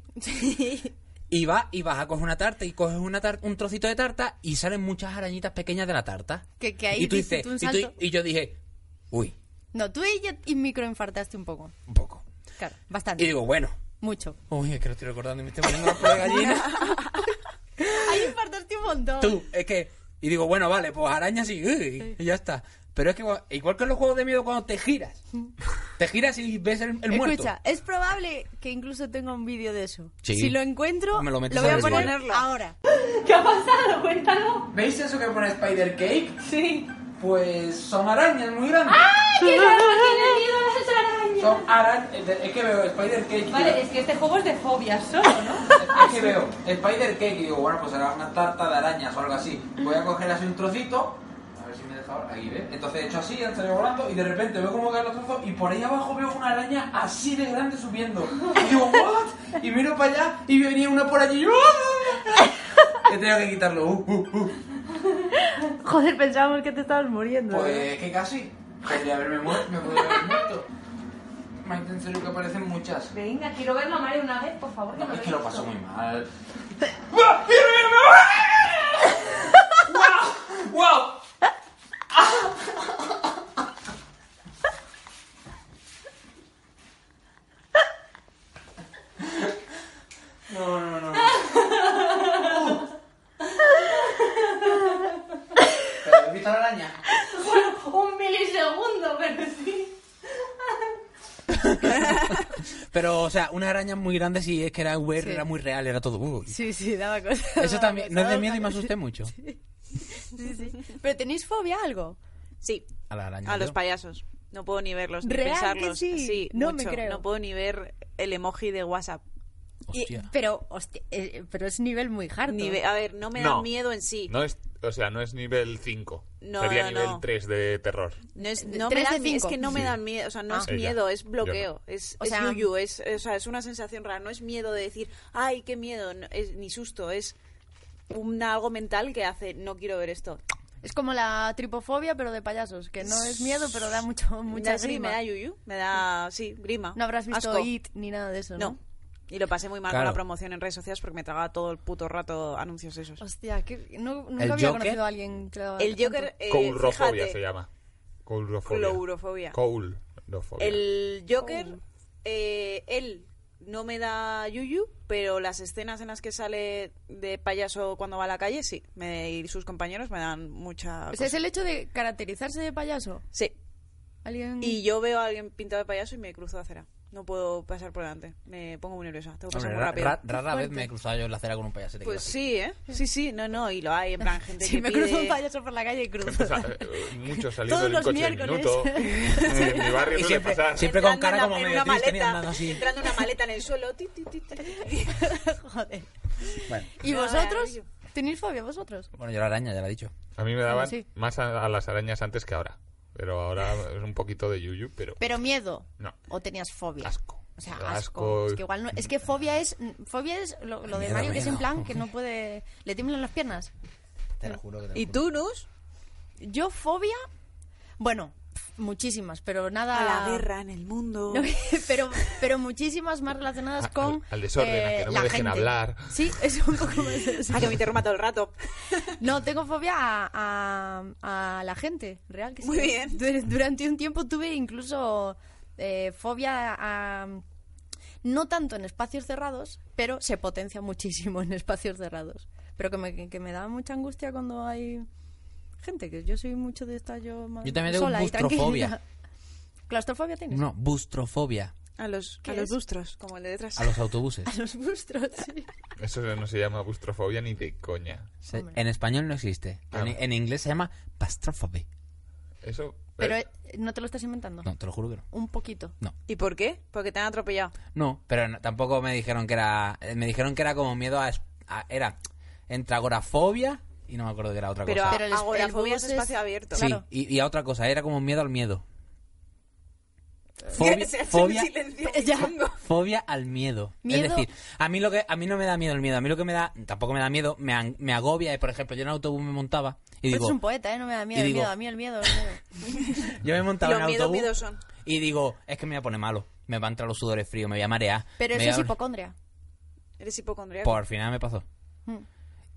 y vas y vas a coger una tarta y coges una tar- un trocito de tarta y salen muchas arañitas pequeñas de la tarta. Que- que ahí y tú diste dices- tú un y, tú- salto. y yo dije, uy, No, tú y yo y microinfartaste un poco. un poco. Claro, Y bastante. digo, bueno, Mucho. Uy, es que lo estoy recordando y me estoy poniendo la piel de gallina. Ahí infartaste un montón. Tú, es que. Y digo, bueno, vale, pues arañas y. uy, y ya está. Pero es que, igual que en los juegos de miedo, cuando te giras Te giras y ves el, el muerto. Escucha, es probable que incluso tenga un vídeo de eso. Sí. Si lo encuentro, Me lo metes voy al a poner vídeo. ahora. ¿Qué ha pasado? Cuéntalo. ¿Veis eso que pone Spider Cake? Sí. Pues son arañas muy grandes. ¡Ay, qué raro! ¡Tiene miedo a las arañas! Son arañas. Es que veo Spider Cake. y Vale, digo, es que este juego es de fobia solo, ¿no? Ah, es que veo Spider Cake y digo, bueno, pues será una tarta de arañas o algo así. Voy a coger así un trocito. A ver si me deja ahora. Aquí, ¿ves? Entonces he hecho así, han salido volando y de repente veo cómo caen los trozos y por ahí abajo veo una araña así de grande subiendo. Y digo, ¿what? Y miro para allá y venía una por allí. He tenido que quitarlo. Uh, uh, uh. Joder, pensábamos que te estabas muriendo. Pues que casi. Podría haberme muerto. Me podría haber muerto. Maite, en serio que aparecen muchas. Venga, quiero verlo a Mario una vez, por favor. No, me es que he lo visto. paso muy mal. ¡Wow! No, no, no. ¿Pero has visto la araña? Un milisegundo, pero sí. Pero, o sea, una araña muy grande si es que era VR, Sí. era muy real, era todo. uy. Sí, sí, daba cosas. Eso también, no es de miedo y me asusté mucho. Sí, sí. Pero tenéis fobia a algo. Sí, A la araña. a los yo. payasos. No puedo ni verlos, ni ¿Real que pensarlos. sí? No me mucho. creo. No puedo ni ver el emoji de WhatsApp. Y- Hostia. pero, hostia, eh, pero es nivel muy hard. Ni ve- a ver, no me da No. miedo en sí. No, No es, o sea, no es nivel 5. No, Sería no, nivel no. 3 de terror. es, no me Eh, Tres de dan, es cinco. que no me Sí. dan miedo, o sea, no Ah. es Ella. miedo, es Yo bloqueo, es, O es sea- yuyu, es, o sea, es una sensación rara, no es miedo de decir, ay, qué miedo, no- es, ni susto, es un algo mental que hace, no quiero ver esto. Es como la tripofobia, pero de payasos, que no es miedo, pero da mucho, mucha Ya sí, grima. me da yuyu, me da, sí, grima. No habrás visto asco. IT ni nada de eso, ¿no? No. Y lo pasé muy mal con Claro. la promoción en redes sociales porque me tragaba todo el puto rato anuncios de esos. Hostia, que no, nunca ¿El había Joker? conocido a alguien que le daba El tanto. Joker, eh, Coulrofobia fíjate, se llama. Coulrofobia. Coulrofobia. Coulrofobia. El Oh. Joker, eh, él no me da yuyu, pero las escenas en las que sale de payaso cuando va a la calle, sí. Me, y sus compañeros me dan mucha... O sea, es cosa. el hecho de caracterizarse de payaso. Sí. Alguien... Y yo veo a alguien pintado de payaso y me cruzo de acera. No puedo pasar por delante. Me pongo muy nerviosa. Tengo que pasar Hombre, muy ra- rápido. ra- rara vez me he cruzado yo en la acera con un payaso. te Pues quiero sí, ¿eh? Sí, sí. No, no. Y lo hay, en plan, gente si que me cruzo un pide- payaso por la calle y cruzo. Empezó, eh, eh, mucho saliendo Todos del los coche en miércoles. minuto. en mi barrio Y suele siempre- pasar. siempre- con Entrando cara en la- como en medio una triste, maleta, andando así. Entrando una maleta en el suelo. ti, ti, ti, ti, ti. Joder. decir. Bueno. ¿Y No, vosotros? maravilloso. ¿Tenéis fobia vosotros? Bueno, yo la araña, ya la he dicho. A mí me daban Sí. más a, a las arañas antes que ahora. Pero ahora es un poquito de yuyu, pero ¿Pero miedo? No. ¿O tenías fobia? asco. O sea, Asco. asco. Es que igual no- es que fobia es fobia es lo, lo de Miedo, Mario que es en miedo. plan que no puede le tiemblan las piernas. Te lo juro que te lo ¿Y juro. tú, Nus? Yo fobia, bueno, pf, muchísimas, pero nada A la guerra en el mundo. Ah. No, pero, pero muchísimas más relacionadas A- con Ah, eh, al- al desorden, a que no me la dejen gente. hablar. Sí, es un poco más eso. Ah, que me interrumpa todo el rato. No, tengo fobia a, a- a la gente, real que sí. Muy bien. Du- Durante un tiempo tuve incluso eh, fobia a... No tanto en espacios cerrados, pero se potencia muchísimo en espacios cerrados. Pero que me, que me da mucha angustia cuando hay gente, que yo soy mucho de esta yo más Yo también tengo sola y bustrofobia. tranquila. ¿Claustrofobia tienes? No, bustrofobia. A los, a ¿Qué los es? lustros, Ah. como el de detrás. A los autobuses. A los bustros, Eh. sí. Eso no se llama bustrofobia ni de coña. Se- Hombre. en español no existe. Ah. En, en inglés se llama pastrofobia. Eso. Pero eh, eh, no te lo estás inventando. No, te lo juro que no. Un poquito. ¿Y por qué? Porque te han atropellado. No, pero no- tampoco me dijeron que era. eh, Me dijeron que era como miedo a. es- a- era entre agorafobia y no me acuerdo que era otra Pero, cosa. a- Pero el es- agorafobia el es bus es- espacio abierto. Sí, claro. y, y a otra cosa, era como miedo al miedo. Fobia, Se hace un fobia, silencio Ya. chungo. fobia al miedo. Miedo- Es decir, a mí lo que a mí no me da miedo el miedo, a mí lo que me da tampoco me da miedo, me, an- me agobia, eh, por ejemplo, yo en autobús me montaba y Pues digo, es un poeta, ¿eh? No me da miedo, el y digo- miedo, a mí el miedo. el miedo. yo me montaba Los en miedos, autobús miedos son. y digo, es que me voy a poner malo, me van a entrar los sudores fríos, me voy a marear. Pero me eso es voy a- hipocondria. Eres hipocondriaco. Por final me pasó. Mm.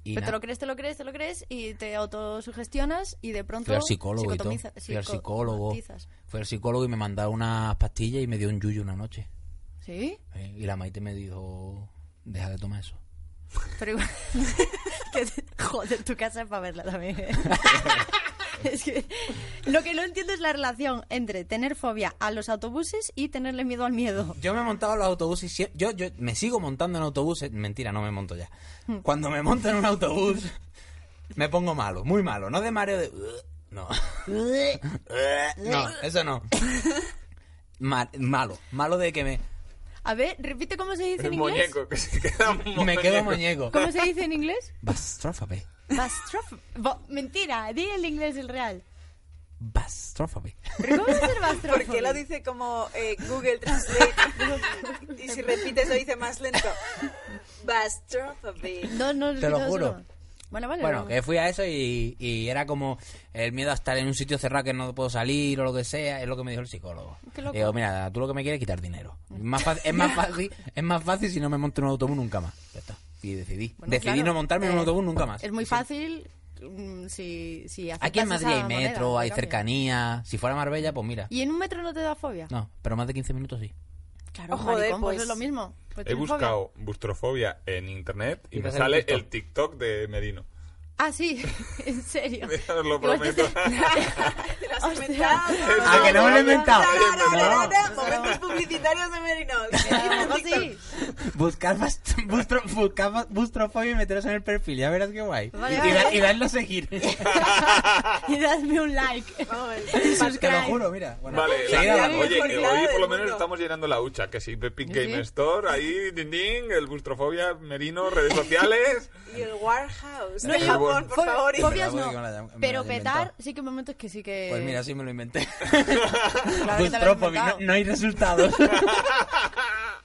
Y Pero te nada. lo crees, te lo crees, te lo crees y te autosugestionas y de pronto Fui al psicólogo y todo. psicotomiza- Fui al psico- psicólogo. matizas. Fui al psicólogo y me mandaba unas pastillas y me dio un yuyu una noche. ¿Sí? Eh, Y la Maite me dijo, deja de tomar eso. Pero igual... que te- Joder, tu casa es para verla también. ¿eh? Es que lo que no entiendo es la relación entre tener fobia a los autobuses y tenerle miedo al miedo. Yo me he montado en los autobuses. sie- Yo, yo me sigo montando en autobuses. Mentira, no me monto ya. Cuando me monto en un autobús, me pongo malo, muy malo. No de mareo de. No. No, eso no. Ma- malo. Malo de que me. A ver, repite cómo se dice en El inglés. muñeco, que se queda un Me quedo muñeco. ¿Cómo se dice en inglés? Bastrófabe. Bastróf- bo- Mentira, di el inglés el real. Bastrófabe. ¿Pero cómo va a ser bastrófobo? ¿Por qué lo dice como eh, Google Translate? y si repites lo dice más lento. Bastrophy. No, no, Te lo no, juro. no. Bueno, vale. Bueno, no. que fui a eso y, y era como el miedo a estar en un sitio cerrado que no puedo salir o lo que sea, es lo que me dijo el psicólogo. Qué loco. Digo, mira, tú lo que me quieres es quitar dinero. Es más fácil, es más fácil, es más fácil si no me monto en un autobús nunca más. Ya está. Y decidí. Bueno, decidí claro, no montarme en eh, un autobús nunca más. Es muy Sí. fácil mm, si, si Aquí aceptas en Madrid esa hay moneda, metro, en hay cambio. cercanía. Si fuera Marbella, pues mira. ¿Y en un metro no te da fobia? No, pero más de 15 minutos sí. Claro, Ojo, joder, maricón, pues, pues. es lo mismo. Pues He tienes fobia. buscado bustrofobia en internet y, Y me te sale sale un TikTok. el TikTok de Merino. Ah, sí, en serio. Pues Os lo Igual te- prometo. Te lo has Hostia. inventado. Ah, que no me lo he inventado. No, no, no, No. no, no. Momentos publicitarios de Merino. Algo así. Buscar bast- bustro- buscar ba- bustrofobia y meteros en el perfil, ya verás qué guay. Vale, y, vale. y da- y dadle a seguir. Y dadme un like. Vamos, el- Te lo subscribe. juro, mira. Bueno, Vale, seguid la- hablando. oye, Mejor que hilada hoy por del lo menos mundo. estamos llenando la hucha, que si Epic Sí, Game sí. Store, ahí, din, din, el bustrofobia, Merino, redes sociales. Y el Warehouse No, de yo- Japón, por Fo- favor. y- Fobias Me la no. voy con la- me la Pero he petar, inventado. sí que hay momentos que sí que. Pues mira, sí me lo inventé. Claro que te lo has Bustrofobia, no, inventado. no hay resultados.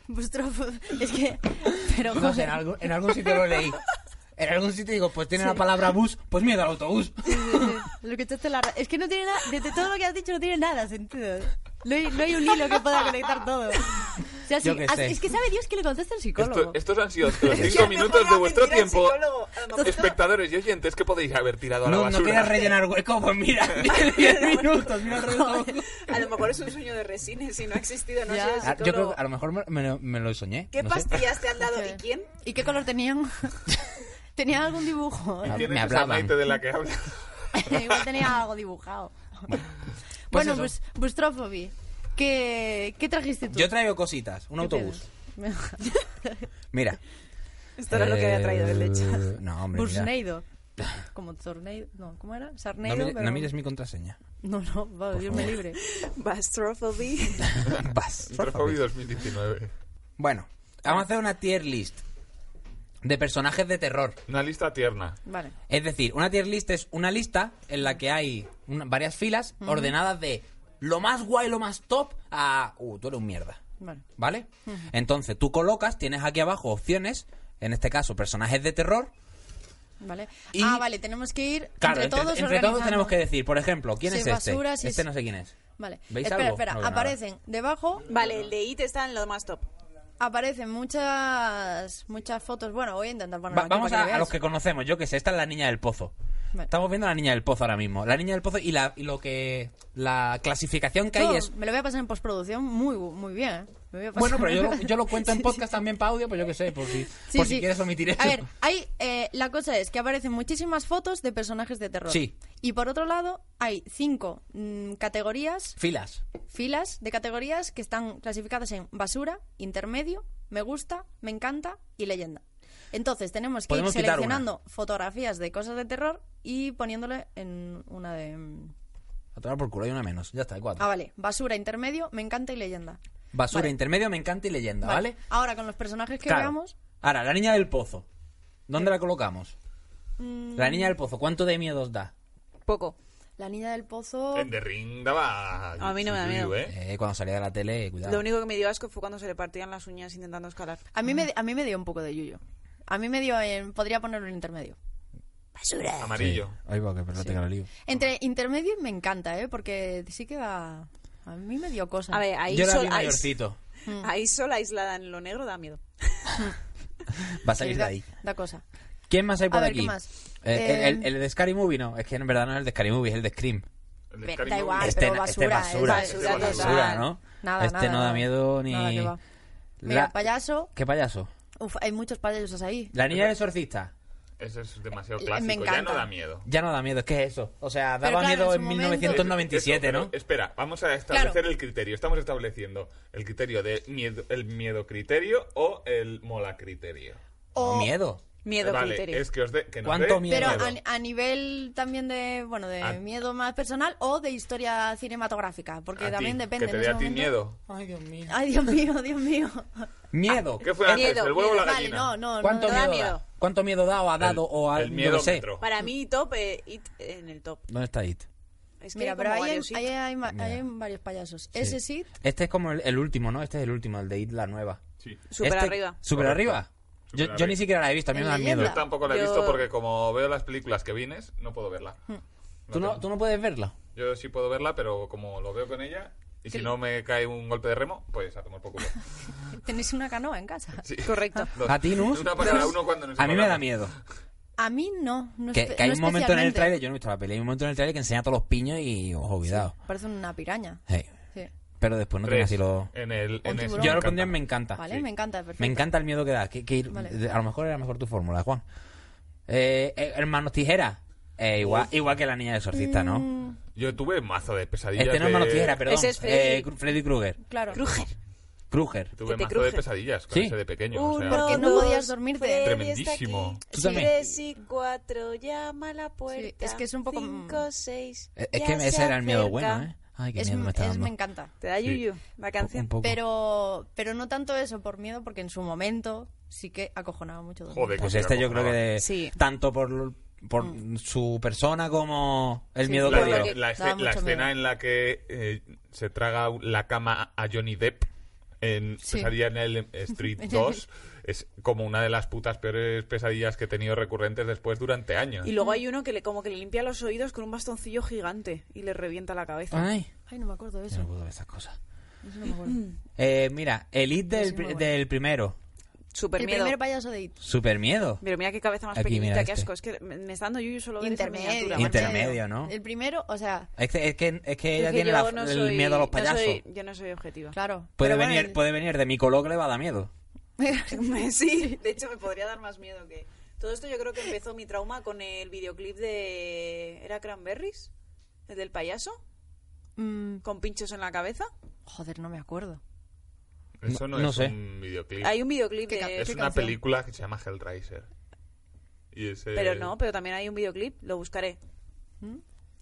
Bustrofo- Es que. Pero joder. No sé, Pues en algún, en algún sitio lo leí. En algún sitio digo, pues tiene la palabra bus, pues miedo al autobús. Lo que echaste la ra- Es que no tiene nada. Desde todo lo que has dicho, no tiene nada sentido. No hay, no hay un hilo que pueda conectar todo. O sea, sí, Yo qué as- sé. es que sabe Dios que le contesta el Esto- psicólogo. estos han sido los Es que cinco me voy minutos a de vuestro mentir al tiempo. psicólogo. A lo mejor- Espectadores y oyentes, que podéis haber tirado a la No, no basura? quieres rellenar hueco, pues mira, 10 minutos, mira, rellenar hueco. A lo mejor es un sueño de resines y no ha existido. No Ya. sé, el Ah, Yo creo psicólogo. que a lo mejor me, me lo- me lo soñé. ¿Qué no sé. pastillas te han dado y quién? ¿Y qué color tenían? ¿Tenían algún dibujo? Ah, ¿Quién Me es esa hablaban. maite de la que habla? Igual tenía algo dibujado. bueno, eso. pues Bustrofobia. ¿Qué, ¿Qué trajiste tú? Yo traigo cositas, un ¿Qué autobús. pedo? Mira. Esto era lo que había traído el leche. Eh, No, hombre, mira. Bursneido. Como Torneido. No, ¿cómo era? No, Sarneido. mire- pero- no mires mi contraseña. No, no, va, Dios me libre. Bastrophy. Vas. Bustrofobia 2019. Bueno, vamos a hacer una tier list de personajes de terror. Una lista tierna. Vale. Es decir, una tier list es una lista en la que hay una- varias filas ordenadas de lo más guay, lo más top a... Uh, tú eres un mierda. Vale. ¿Vale? Entonces tú colocas, tienes aquí abajo opciones, en este caso personajes de terror. Vale. Y- Ah, vale, tenemos que ir Claro, entre todos organizando. tenemos que decir, por ejemplo, ¿quién Si es es este? basura, si este es- no sé quién es. Vale. ¿Veis espera, algo? espera, No veo nada. aparecen debajo, Vale, el de IT está en lo más top. aparecen muchas muchas fotos. Bueno, voy a intentar poner Va- vamos a, a los que conocemos, yo que sé, esta es la niña del pozo. Vale. Estamos viendo a la niña del pozo ahora mismo. La niña del pozo y, la, y lo que. La clasificación que hay es. Me lo voy a pasar en postproducción muy muy bien. ¿eh? Me voy a pasar- Bueno, pero yo lo, yo lo cuento en podcast también para audio, pues yo que sé, por si, Sí, por sí. si quieres omitir eso. A ver, hay, eh, la cosa es que aparecen muchísimas fotos de personajes de terror. Sí. Y por otro lado, hay cinco mm, categorías, Filas. filas de categorías que están clasificadas en basura, intermedio, me gusta, me encanta y leyenda. Entonces tenemos que ir Podemos quitar seleccionando fotografías de cosas de terror y poniéndole en una de... A tomar por culo, hay una menos. Ya está, hay cuatro. Ah, vale. Basura, intermedio, me encanta y leyenda. Basura, Vale. intermedio, me encanta y leyenda, ¿vale? Ahora con los personajes que Claro. veamos... Ahora, la niña del pozo. ¿Dónde Eh. la colocamos? Mm. La niña del pozo, ¿cuánto de miedo os da? Poco. La niña del pozo... En The Ring daba. A mí no me da miedo. ¿eh? Eh, cuando salía de la tele, cuidado. Lo único que me dio asco fue cuando se le partían las uñas intentando escalar. A mí, me, a mí me dio un poco de yuyo. A mí me dio en... Podría ponerlo en intermedio. Basura. Amarillo. Ay, va, que espérate que la lío. Entre intermedio y me encanta, ¿eh? Porque sí que da... A mí me dio cosa. A ver, ahí, Yo la sol- vi ahí- mayorcito. ahí sola aislada en lo negro da miedo. Va a Sí, salir de da, ahí. da cosa. ¿Quién más hay por A ver, aquí? ¿qué más? Eh, el, Eh, el de Scary Movie no, es que en verdad no es el de Scary Movie, es el de Scream. El Pero Scary da Movie. igual. Ah, este, pero no- este basura, es basura, es este es basura basura, total. ¿no? Nada, este nada, no da nada. miedo ni. Nada, que va. Mira, La- payaso. ¿Qué payaso? Uf, hay muchos payasos ahí. La niña del exorcista. Eso es demasiado Me clásico. Ya encanta. no da miedo. Ya no da miedo, es que es eso. O sea, Pero daba claro, en miedo su en, momento. Eso, 1997, pero ¿no? Espera, vamos a establecer el criterio. Estamos estableciendo el criterio de miedo, el miedo criterio o el mola criterio. O- Miedo. Miedo vale, criterio. es que os de, que nos ¿Cuánto dé miedo? Pero a, a nivel también de, bueno, de A- miedo más personal o de historia cinematográfica, porque A ti, también depende. Que en te dé a ese ti momento- miedo. Ay, Dios mío. Ay, Dios mío, Dios mío. Miedo. Ah, ¿Qué fue antes, Miedo, el huevo o la miedo. Vale, gallina? no, no. ¿Cuánto no, da miedo, miedo. da? ¿Cuánto miedo da o ha dado El- o ha el yo miedo qué sé? metro. Para mí, top, eh, it en el top. ¿Dónde está It? Es que Mira, hay pero como ahí hay, varios it. ahí hay ma- Mira. ahí hay varios payasos. Sí. Ese sí, Este es como el, el último, ¿no? Este es el último, el de It, la nueva. Sí. Súper Este- arriba. ¿Súper Correcto. arriba? Súper Yo, yo arriba. ni siquiera la he visto, a mí En me da miedo. leyenda. Yo tampoco la he Yo- visto porque como veo las películas que vienes, no puedo verla. ¿Tú no, tengo- ¿Tú no puedes verla? Yo sí puedo verla, pero como lo veo con ella, y si no me cae un golpe de remo, pues a tomar por culo. tenéis una canoa en casa. Sí. Correcto. Dos. ¿A ti, Nus? Una para cada uno cuando nos A mí me da separamos. miedo. A mí no. no Que, espe- que hay no un momento en el especialmente. trailer, yo no he visto la peli, hay un momento en el trailer que enseña todos los piños y, ojo, cuidado. Parece una piraña. Hey. Sí. Pero después no tiene Tres. así lo... En el, en tiburón. ese. Pero Yo me lo pondría en me encanta. Vale, Ah, Sí. me encanta, perfecto. Me encanta el miedo que da. Que, que ir- Vale. de- a lo mejor era mejor tu fórmula, Juan. Eh, eh, hermanos Tijera. Eh, igual, igual que la niña del exorcista, ¿no? Yo tuve mazo de pesadillas. Este no de- es Hermanos Tijera, perdón. Ese es Freddy- Eh, Cru- Freddy Krueger. Claro. Kruger. Krueger. Tuve que te mazo cruje. de pesadillas con Sí. ese de pequeño. o sea, Uno, Porque no dos, podías dormirte. Freddy Tremendísimo. está aquí. Tú también. Tres y cuatro, llama a la puerta. es que es un poco- Cinco, seis. Eh, Es ya que se ese era el miedo acerca. bueno, ¿eh? Ay, qué Es- miedo me está es- dando. me encanta. Te da yuyu la canción. Un poco. Pero, pero no tanto eso por miedo, porque en su momento sí que acojonaba mucho. dormir. Joder, Pues que este me yo creo que acojonaba. de- Sí. tanto por, por su persona como el Mm. Sí, miedo sí, que La, Porque dio. la- la daba escena- la mucho escena miedo. en la que eh, se traga la cama a Johnny Depp en Sí. Pesadilla en el Street 2 es como una de las putas peores pesadillas que he tenido recurrentes después durante años. Y luego hay uno que le, como que le limpia los oídos con un bastoncillo gigante y le revienta la cabeza. Ay, Ay, no me acuerdo de yo no eso. puedo ver esas cosas. Eso no me acuerdo. Eh, mira, el hit Sí, del, muy pri- bueno. del primero. Súper El miedo. primer payaso de It. Super miedo. Pero mira qué cabeza más Aquí, pequeñita, mira qué este. asco. Es que me me está dando yuyu solo ver esa Intermedio. miniatura. Inter- macho. Intermedio, ¿no? El primero, o sea, Es que, es que, es que Es ella que tiene yo la- no el soy- miedo a los no payasos. soy- yo no soy objetiva. claro. Puede Pero bueno, venir, puede venir de mi color que le va a dar miedo. sí, de hecho me podría dar más miedo que... Todo esto yo creo que empezó mi trauma con el videoclip de... ¿Era Cranberries? ¿El del payaso? mm, ¿Con pinchos en la cabeza? joder, no me acuerdo. Eso no, No es sé. un videoclip. Hay un videoclip ¿Qué ca- de... es una película que se llama Hellraiser. Y eh, ese- Pero no, pero también hay un videoclip, lo buscaré.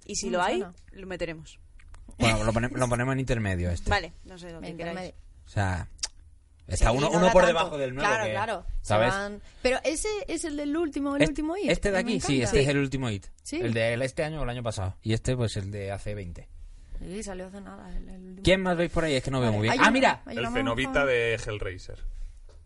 Y si No lo me hay, ¿Mm? suena. lo meteremos. Bueno, lo, pone- lo ponemos en intermedio este. Vale, no sé lo que queráis. Intermedio. O sea, está Sí, uno, no uno da por tanto. debajo del nuevo. Claro, que- claro. Se ¿Sabes? van- Pero ese es el del último, el Este- último hit. Este de Me aquí, sí, encanta. este es el último hit. Sí. El de este año o el año pasado. Y este, pues, el de hace 20. Sí, salió hace nada. el- el último. ¿Quién más veis por ahí? Es que no veo Vale, muy bien. hay ¡Ah, una- mira! hay una más, El cenovita ah. de Hellraiser.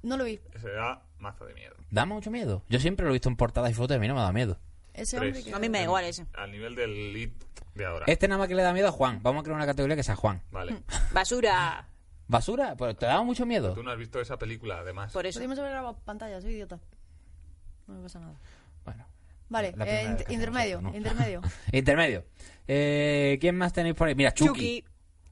No lo vi. Ese da mazo de miedo. Da mucho miedo. Yo siempre lo he visto en portadas y fotos y a mí no me da miedo. Ese Tres. hombre que... A mí me da igual ese. Al nivel del lead de ahora. Este nada más que le da miedo a Juan. Vamos a crear una categoría que sea Juan. Vale. ¡Basura! ¿Basura? Pues te daba mucho miedo. Tú no has visto esa película, además. Por eso. Podríamos haber grabado pantalla, soy idiota. No me pasa nada. Bueno. Vale, La primera eh, vez que int- intermedio, hacemos esto, ¿no? intermedio. intermedio. Eh, ¿Quién más tenéis por ahí? Mira, Chucky. Chucky.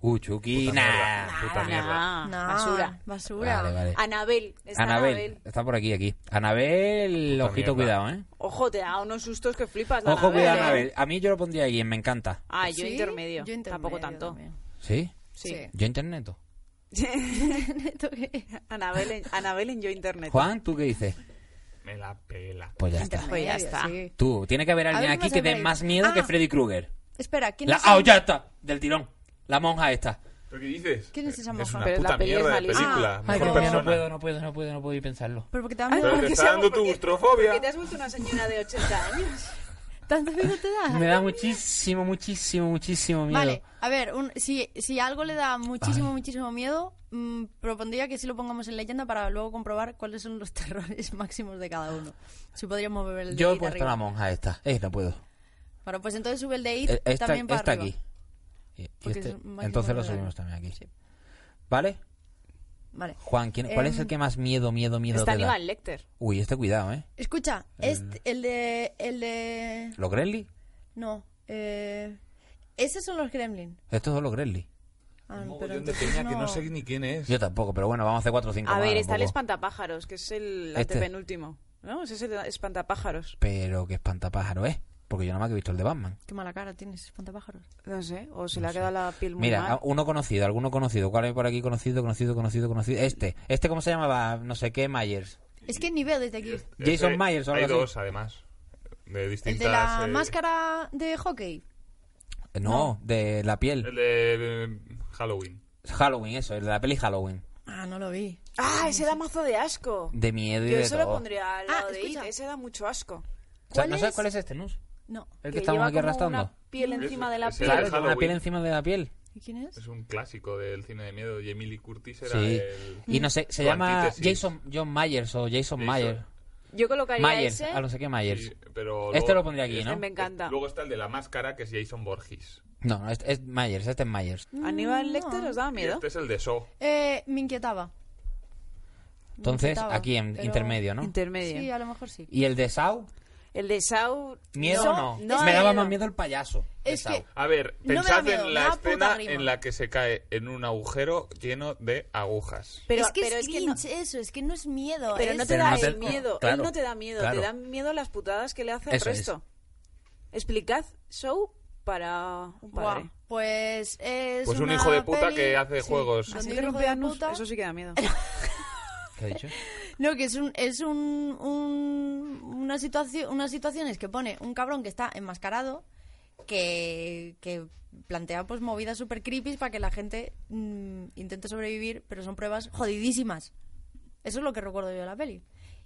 Uh, Chucky. Puta nah. mierda, puta mierda. Nah, No, Ah, Basura. Basura. Vale, vale. Anabel. Está Anabel. Anabel. Está por aquí, aquí. Anabel, Puta ojito, mierda. cuidado, ¿eh? Ojo, te da unos sustos que flipas. la Ojo, Anabel, cuidado, ¿eh? Anabel. A mí yo lo pondría ahí, en me encanta. Ah, yo ¿Sí? intermedio. Yo Tampoco intermedio tanto. también. ¿Sí? Sí. Yo interneto. ¿Tú qué? Anabel, en, Anabel en yo internet. Juan, ¿tú qué dices? Me la pela. Pues ya está. Pues ya Intermedio, está. sí. Tú, tiene que haber alguien ver, aquí más que dé Anabel. más miedo que Ah. Freddy Krueger. Espera, ¿quién La... es ¡Ah, esa- ya está! Del tirón. La monja esta. ¿Pero qué dices? ¿Quién es esa Es monja? una Pero la puta peli es mierda de malísima. película. Ay, mejor no, persona. no puedo, no puedo, no puedo, no puedo ir pensarlo. Pero porque te da Ay, Pero miedo. te Porque está sea- dando tu porque- claustrofobia. Porque te has vuelto una señora de 80 años. ¿Tanto miedo te da? Me da muchísimo, muchísimo, muchísimo miedo. Vale, a ver, un- si, si algo le da muchísimo, muchísimo miedo, mm, propondría que sí lo pongamos en leyenda para luego comprobar cuáles son los terrores máximos de cada uno. Si podríamos beber el de Yo he It puesto arriba. la monja esta. Eh, no puedo. Bueno, pues entonces sube el de It Eh, Esta, también para esta arriba. aquí. Y- y Porque este- es un máquina entonces lo de- subimos también aquí. Sí. ¿Vale? Vale. Juan, ¿quién- ¿cuál es el Em, este que más miedo, miedo, miedo Está te da? Aníbal Lecter. Uy, este cuidado, ¿eh? Escucha, este- el de... El de... ¿Los Gremlins? No, eh... Esos son los Gremlin. Estos son los Gremlins. Ah, Un pero mogollón de entonces peña que no sé ni quién es. Yo tampoco, pero bueno, vamos a hacer 4 o 5 A ver, está el espantado espantapájaros, que es el Este. antepenúltimo. ¿No? Ese es el espantapájaros. Pero qué espantapájaro es. Porque yo nada más que he visto el de Batman. Qué mala cara tienes, espantapájaros. No sé, o se le ha quedado la piel muy Mira, mal. a- uno conocido, alguno conocido. ¿Cuál hay por aquí? Conocido, conocido, conocido, conocido. Este. ¿Este cómo se llamaba? No sé qué, Myers. Es que ni veo desde aquí. Jason Hay- Myers o algo Hay así. dos, además. De El distintas. de la eh, máscara de hockey. Eh, No, de la El piel. de eh, Halloween. Halloween, eso. El de la peli Halloween. Ah, no lo vi. Ah, ese da mazo de asco. De miedo y Yo de eso lo todo. pondría al lado Ah, de It. escucha. Ese da mucho asco. O sea, ¿Cuál ¿No es? sabes cuál es este, Nus? No. El que, estamos lleva aquí como arrastrando. Una piel encima de la Ese- piel. Claro, de tiene una Halloween. piel encima de la piel. ¿Y quién es? Es un clásico del cine de miedo. Y Emily Curtis era Sí. el. Y no sé, se su llama antítesis. Jason John Myers o Jason, Myers. Yo colocaría Myers, ese. a no sé qué Myers. Sí, pero Este luego- lo pondría aquí, este- ¿no? Me encanta. Luego está el de la máscara, que es Jason Borges. No, no, es, es Myers, este es Myers. Aníbal Lecter os daba Y miedo. este es el de So. Eh, me inquietaba. Me Entonces, inquietaba, aquí en pero- intermedio, ¿no? Intermedio. Sí, a lo mejor sí. ¿Y el de Saw? El de Saw. ¿Miedo Eso- o no? no, Me daba no. más miedo el payaso. de Es Saw. que- A ver, No me da pensad miedo, en me la da puta escena grima. en la que se cae en un agujero lleno de agujas. Pero, es que pero es es que no, cringe eso, es que no es miedo. pero es- no te Pero da no te- el miedo. claro, Él no te da miedo. claro. Te dan miedo las putadas que le hace al Eso es. resto. Explicad Show para un Buah, padre. Pues es Pues un una hijo de puta peli- que hace sí. juegos. Así Así que hijo rompe de anus, puta. eso sí que da miedo. ¿Qué ha dicho? No, que es un, es un, un- una situación, unas situaciones que pone un cabrón que está enmascarado que, que plantea pues movidas super creepy para que la gente mm, intente sobrevivir, pero son pruebas jodidísimas. Eso es lo que recuerdo yo de la peli.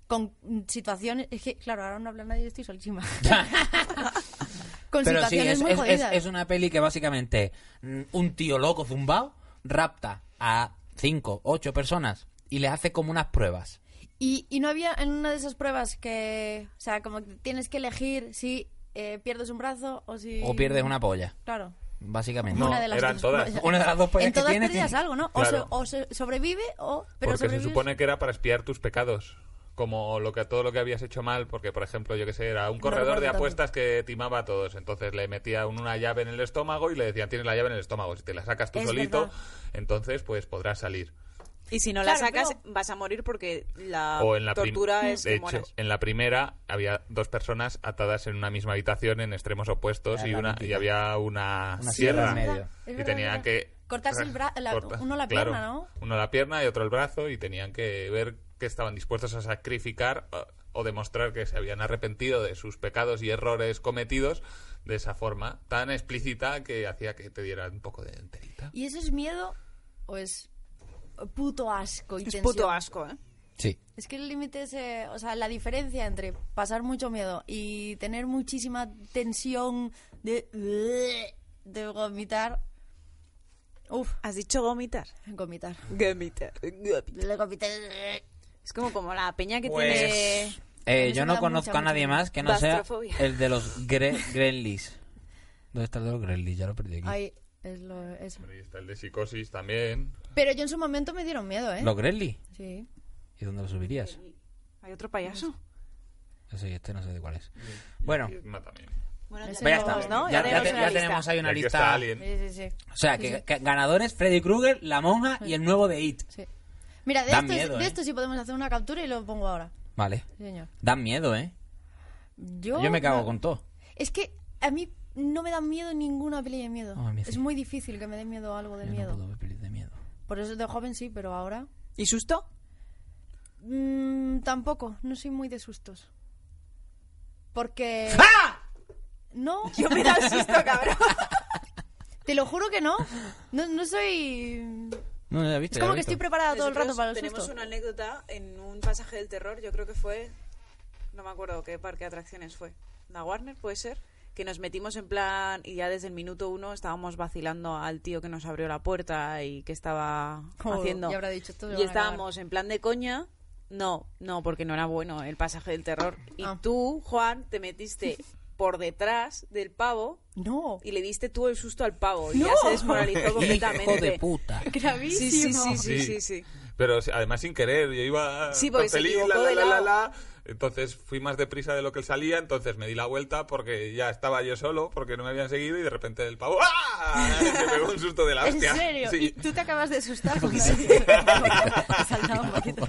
Con mm, situaciones, es que claro, ahora no habla nadie, estoy solísima. Con Pero sí, situaciones es, muy es- es- jodidas. es una peli que básicamente mm, un tío loco zumbao rapta a cinco, ocho personas y les hace como unas pruebas. Y, y no había en una de esas pruebas que, o sea, como que tienes que elegir si eh, pierdes un brazo o si... O pierdes una polla, Claro. básicamente. No, una de las eran dos todas. pollas. Una de las dos pollas En que todas tiene, perdías tiene- algo, ¿no? Claro. O, se, o se- sobrevive o... Pero porque se sobrevives- supone que era para espiar tus pecados. Como lo que todo lo que habías hecho mal, porque por ejemplo, yo que sé, era un corredor recuerdo de tanto. apuestas que timaba a todos. Entonces le metía un- una llave en el estómago y le decían, tienes la llave en el estómago. Si te la sacas tú Es solito, verdad. entonces pues podrás salir. Y si no la Claro, sacas, pero- vas a morir porque la, o en la prim- Mm, tortura es de que hecho, mueras. en la primera había dos personas atadas en una misma habitación en extremos opuestos Era y la una y mítica. había una, Una sierra, sierra en medio. Es verdad, y es tenían verdad. que Cortarse el bra- la- uno la claro, pierna, ¿no? uno la pierna y otro el brazo y tenían que ver que estaban dispuestos a sacrificar o, o demostrar que se habían arrepentido de sus pecados y errores cometidos de esa forma tan explícita que hacía que te dieran un poco de enterita. ¿Y eso es miedo o es puto asco y Es tensión? puto asco, ¿eh? Sí. Es que el límite es, eh, o sea, la diferencia entre pasar mucho miedo y tener muchísima tensión de, de vomitar. Uf, Has dicho vomitar. vomitar. Vomitar. vomitar. De vomitar. Es como, como la peña que Pues, tiene... Eh, Eso yo me no da conozco mucha, a nadie mucha más que no sea Bastrofobia. el de los gre Gremlins. ¿Dónde está el de los Gremlins? Ya lo perdí aquí. Ay, es lo, eso. Ahí está el de psicosis también. Pero yo en su momento me dieron miedo, ¿eh? ¿Los Gremlins? Sí. ¿Y dónde lo subirías? ¿Hay otro payaso? Ese, este no sé de cuál es. Bueno, Y Emma también. Bueno, Ese pues ya no, está. ¿no? Ya, Ya tenemos ya te- una ya lista. tenemos ahí Y una aquí lista. está Alien. Sí, sí, sí. O sea, que, que ganadores Freddy Krueger, La Monja y el nuevo de It. sí. Mira, de, Da esto, miedo, de ¿eh? esto sí podemos hacer una captura y lo pongo ahora. Vale. Sí, señor. Dan miedo, ¿eh? Yo, Yo me cago no- con todo. Es que a mí no me da miedo ninguna peli de miedo. Ah, a mí sí. es muy difícil que me dé miedo algo de Yo no miedo. puedo ver pelis de miedo. Por eso de joven sí, pero ahora... ¿Y susto? Mm, tampoco, no soy muy de sustos. Porque... No, Yo me da el susto, cabrón. te lo juro que no. No, no soy... No, ya he visto. Es ya como he que visto. estoy preparada todo el rato Nosotros para el Tenemos susto. una anécdota en un pasaje del terror, yo creo que fue, no me acuerdo qué parque de atracciones fue, la Warner puede ser, que nos metimos en plan y ya desde el minuto uno estábamos vacilando al tío que nos abrió la puerta y que estaba Joder, haciendo. ya Oh, habrá dicho, "Esto se y van a acabar". estábamos en plan de coña. No, no, porque no era bueno el pasaje del terror. Y Ah. tú, Juan, te metiste por detrás del pavo No. Y le diste tú el susto al pavo. Y No. ya se desmoralizó completamente. Hijo de puta. Sí, sí, Gravísimo. sí, sí, sí, sí. Pero sí, además sin querer, yo iba Sí, porque se feliz, equivocó de lado. Entonces fui más deprisa de lo que él salía, entonces me di la vuelta porque ya estaba yo solo, porque no me habían seguido y de repente el pavo ¡Ah! Y me pegó un susto de la ¿En hostia. serio? Sí. ¿Y tú te acabas de asustar? Un cuando poquito. has dicho- Te saltaba un poquito.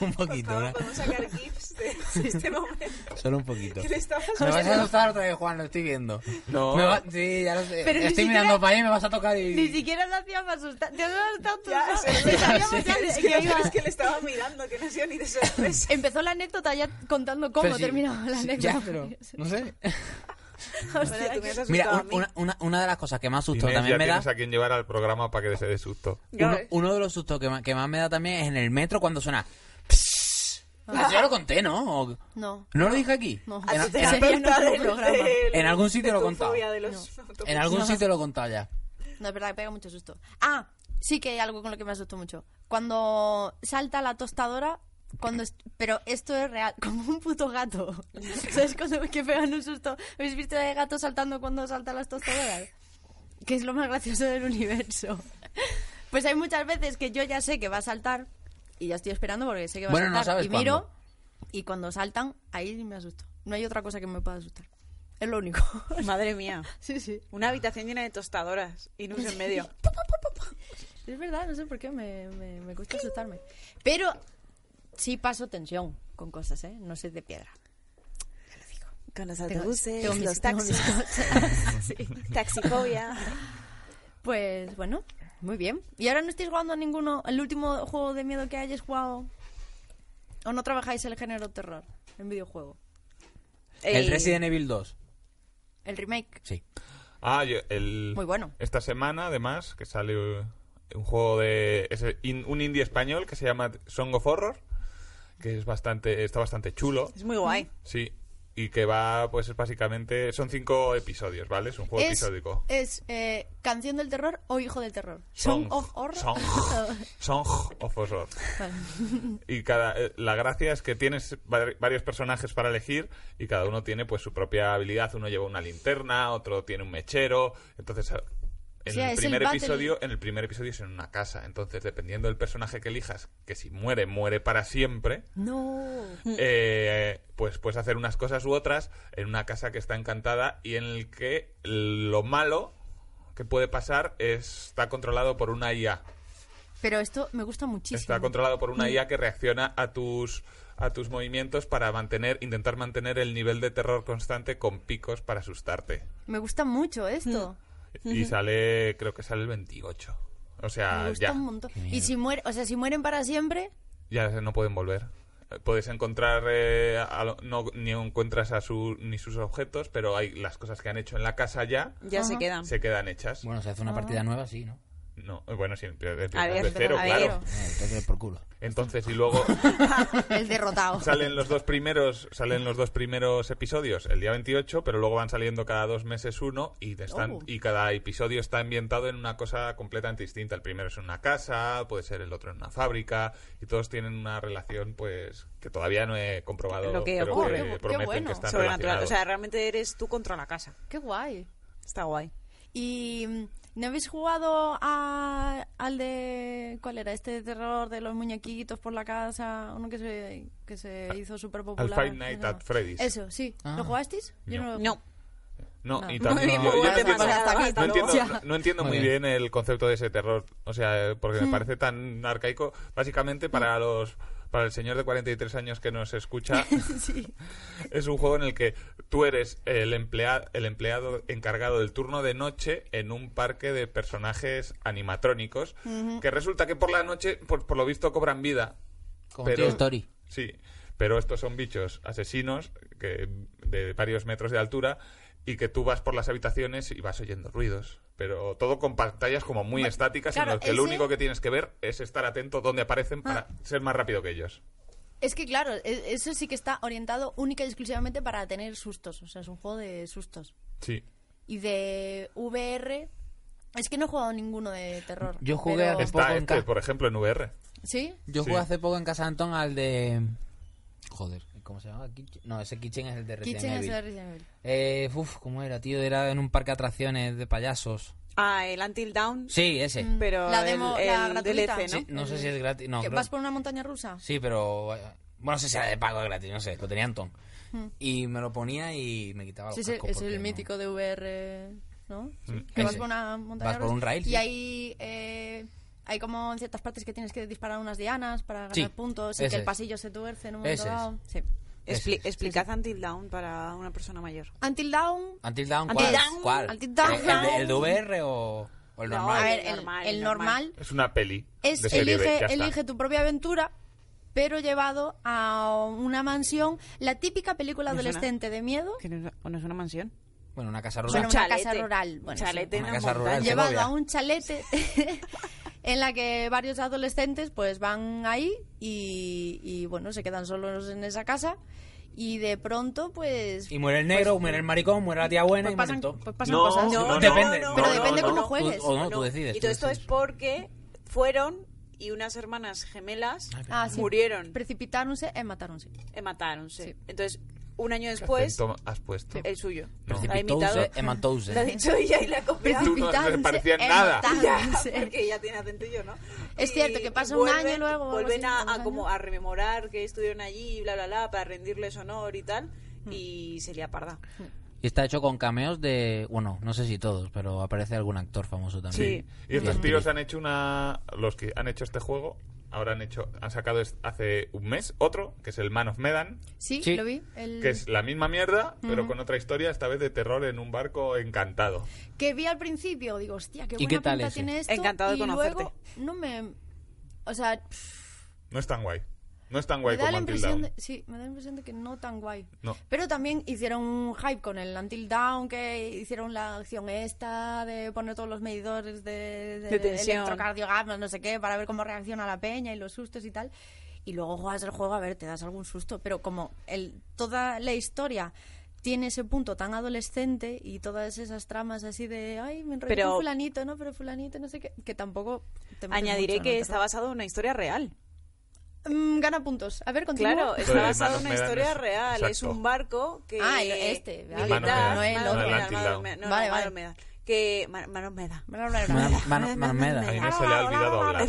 un Por poquito, favor, ¿verdad? podemos sacar gifs de este momento. Solo un poquito. que le estabas Me vas a asustar otra vez, Juan, lo estoy viendo. No. Me va- Sí, ya lo sé. Pero ni estoy siquiera- mirando para allá y me vas a tocar y... Ni siquiera lo hacía para asustar. Te has asustado tú. Ya, solo. sí, Te sí, sabíamos sí, ya es que que, iba- es que le estaba mirando, que no ha sido ni de sorpresa. Empezó la anécdota ya contando cómo Pero sí, terminaba la sí, anécdota. Ya, pero... No sé. Bueno, tú me has asustado Mira, a un- mí. una, una, una de las cosas que más asustó Inés, también ya me da... tienes a quien llevar al programa para que se dé susto. Ya Uno, ves. uno de los sustos que más, que más me da también es en el metro cuando suena... "Psss". Eso ya lo conté, ¿no? ¿O- No. ¿No lo dije aquí? Ah. No. A ti te En- en- Sería encanta nuestro el- programa. el- En algún sitio de lo he tu contado. fobia de los autobuses. En algún sitio lo he contado ya. No, es verdad que pega mucho susto. Ah, sí que hay algo con lo que me asustó mucho. Cuando salta la tostadora, cuando est- pero esto es real, como un puto gato. ¿Sabes cuando que pegan un susto? ¿Habéis visto el gato saltando cuando saltan las tostadoras? Que es lo más gracioso del universo. Pues hay muchas veces que yo ya sé que va a saltar y ya estoy esperando porque sé que va Bueno, a no saltar sabes y miro cuándo. y cuando saltan ahí me asusto. No hay otra cosa que me pueda asustar. Es lo único. Madre mía. sí, sí. Una habitación llena de tostadoras y Nus en medio. Es verdad, no sé por qué me, me, me cuesta asustarme. Pero sí paso tensión con cosas, ¿eh? No soy de piedra. Con los Tengo- autobuses, tengo mis- los tengo mis taxis. cosas. Sí. Taxifobia. Pues bueno, muy bien. ¿Y ahora no estáis jugando a ninguno? ¿El último juego de miedo que hayáis jugado? ¿O no trabajáis el género terror en videojuego? El Ey, Resident Evil 2. El remake. Sí. Ah, yo- el, Muy bueno. Esta semana, además, que sale eh, un juego de. es, eh, in- un indie español que se llama Song of Horror, que es bastante, está bastante chulo. Es muy guay. Sí. Y que va, pues es básicamente. Son cinco episodios, ¿vale? Es un juego es episódico. es eh, Canción del Terror o Hijo del Terror. Song of Horror. Song, Song of Horror. Y cada, eh, la gracia es que tienes var- varios personajes para elegir y cada uno tiene pues su propia habilidad. Uno lleva una linterna, otro tiene un mechero. Entonces, a- en sea, el es primer el battle- episodio, en el primer episodio es en una casa. Entonces, dependiendo del personaje que elijas, que si muere, muere para siempre. No. Eh, pues puedes hacer unas cosas u otras en una casa que está encantada y en el que lo malo que puede pasar es- está controlado por una IA. Pero esto me gusta muchísimo. Está controlado por Mm. una IA que reacciona a tus a tus movimientos para mantener intentar mantener el nivel de terror constante con picos para asustarte. Me gusta mucho esto. Y sale creo que sale el 28. O Me sea, gusta Ah, ya un montón. Y si mueren, o sea, si mueren para siempre, ya no pueden volver. Eh, Puedes encontrar, eh, a lo- no, ni encuentras a su, ni sus objetos, pero hay las cosas que han hecho en la casa ya Ya se quedan. se quedan hechas. Bueno, Bueno, se hace Ah. una partida nueva, sí, ¿no? no, eh, bueno sí, empie- A empiezas ver, de cero, a ver. claro. Eh, te crees por culo. Entonces, y luego el derrotado. salen los dos primeros salen los dos primeros episodios el día 28, pero luego van saliendo cada dos meses uno y, te están, Oh. y cada episodio está ambientado en una cosa completamente distinta. El primero es en una casa, puede ser el otro en una fábrica y todos tienen una relación pues que todavía no he comprobado, Lo que pero ocurre. que Qué prometen bueno. que están Sobrenatural. relacionados. O sea, realmente eres tú contra la casa. Qué guay. Está guay. ¿Y mm, no habéis jugado a- al de cuál era este de terror de los muñequitos por la casa, uno que se que se hizo súper popular? Ah, Five Nights at Freddy's. Eso, sí. Ah. ¿Lo jugasteis? Yo no. lo- No. no, no. Muy y también bien, yo- muy yo bien, no entiendo- hasta aquí, hasta no entiendo, luego. no- no entiendo Muy muy bien. bien. el concepto de ese terror, o sea, eh, porque Hmm. me parece tan arcaico. Básicamente para los para el señor de 43 años que nos escucha, es un juego en el que tú eres el, emplea- el empleado encargado del turno de noche en un parque de personajes animatrónicos, que resulta que por la noche, por, por lo visto, cobran vida. Como Pero- Toy Story. Sí, pero estos son bichos asesinos que, de varios metros de altura y que tú vas por las habitaciones y vas oyendo ruidos. Pero todo con pantallas como muy estáticas claro, en las que ese- lo Ah. único que tienes que ver es estar atento donde aparecen para ser más rápido que ellos. Es que claro, e- eso sí que está orientado única y exclusivamente para tener sustos, o sea, es un juego de sustos. Sí. Y de VR es que no he jugado ninguno de terror. Yo jugué pero- a- Un poco Está en este, ca- por ejemplo, en VR. ¿Sí? Yo Sí. jugué hace poco en casa de Antón al de... Joder, ¿Cómo se llama? Kitchen- No, ese Kitchen es el de Resident Kitchen es Evil. el Resident Evil. Eh, uf, ¿cómo era, tío? Era en un parque de atracciones de payasos. Ah, el Until Down. Sí, ese. Pero La demo- el, la el gratuita. DLC, ¿no? Sí, no sé si es gratis. No, Mm. ¿Que creo- ¿Vas por una montaña rusa? Sí, pero... eh, Bueno, no sé si era de pago o gratis, no sé. Lo tenía Anton. Y me lo ponía y me quitaba los Hmm. Sí, sí, cascos es porque el no- mítico de VR, ¿no? Que vas Ese. por una montaña Vas por rusa un rail, Y sí. hay, eh, hay como en ciertas partes que tienes que disparar unas dianas para ganar Sí, puntos y ese que el es. pasillo se tuerce en un momento Ese es. dado. Sí. Expli- Ese, sí, explicad Until Down para una persona mayor. Until Dawn... Until Dawn, Until ¿cuál? Dawn, ¿Cuál? Until Dawn. ¿El, el de- el de VR o, o el No, normal? A ver, el el, normal, el el normal, Es una peli. es de serie B, elige, ya está. elige tu propia aventura, pero llevado a una mansión, la típica película Me suena. adolescente de miedo, ¿Que no, es- o no es una mansión? Bueno, una casa rural. Bueno, Un una casa rural, Un bueno, chalete sí. en Una la casa rural, montaña. llevado lleva- Segovia. a un chalete en la que varios adolescentes pues van ahí y, y, bueno, se quedan solos en esa casa y de pronto pues, Y muere el negro, muere el maricón, muere la tía buena pues y muere pasan, el todo. pues pasan No, cosas. no, no, Depende. no, pero no, depende no, cómo no. juegues. Tú- o no, tú decides, Y tú todo esto es decides. porque fueron y unas hermanas gemelas Ah, sí. murieron, Precipitáronse y matáronse. eh, matáronse. Sí. Entonces, un año ¿Qué después, acento has puesto? el suyo. Precipitóse, La ha imitado. hematóse. La ha dicho ella y la ha copiado. Tú no te parecía Precipitáronse e nada. matáronse. Porque ella tiene acentillo, ¿no? Es Y cierto que pasa un año luego, algo Vuelven así, a, unos a como años. a rememorar que estuvieron allí, bla, bla, bla, para rendirles honor y tal. Mm. Y se le aparda. Y está hecho con cameos de. Bueno, no sé si todos, pero aparece algún actor famoso Sí. también. Y estos Bien. tíos han hecho una. Los que han hecho este juego, ahora han hecho. Han sacado es- hace un mes otro, que es el Man of Medan, Sí, Sí. lo vi. El... que es la misma mierda, pero con otra historia, esta vez de terror en un barco encantado. que vi al principio, digo, hostia, qué ¿Y buena qué tal pinta ese? tiene esto. Encantado de y conocerte. luego no me... O sea, pff, No es tan guay. No es tan me guay da como la Until impresión Dawn. de, sí, me da la impresión de que no tan guay. No. Pero también hicieron un hype con el Until Down, que hicieron la acción esta de poner todos los medidores de, De tensión. electrocardiogramas, no sé qué, para ver cómo reacciona la peña y los sustos y tal. Y luego juegas el juego, a ver, te das algún susto, pero como el, toda la historia tiene ese punto tan adolescente y todas esas tramas así de, ay, me enrollé Pero- con fulanito, ¿no? Pero fulanito, no sé qué, que tampoco te metes Añadiré mucho en que el está terror. basado en una historia real. Mm, gana puntos. A ver, continúa. Claro, Entonces, está basado en Manos una Medan historia es- real. Es exacto. un barco que. Ah, el- este, vale. militar, Manos Medan, no el no el otro. otro. Manos Atildao. Medan, no, Vale, no, Manos vale. Medan. Que. Ma- Manos Medan. Bla, bla, bla. Mano- mano- Manomeda. A Ah, Inés se le ha olvidado hablar.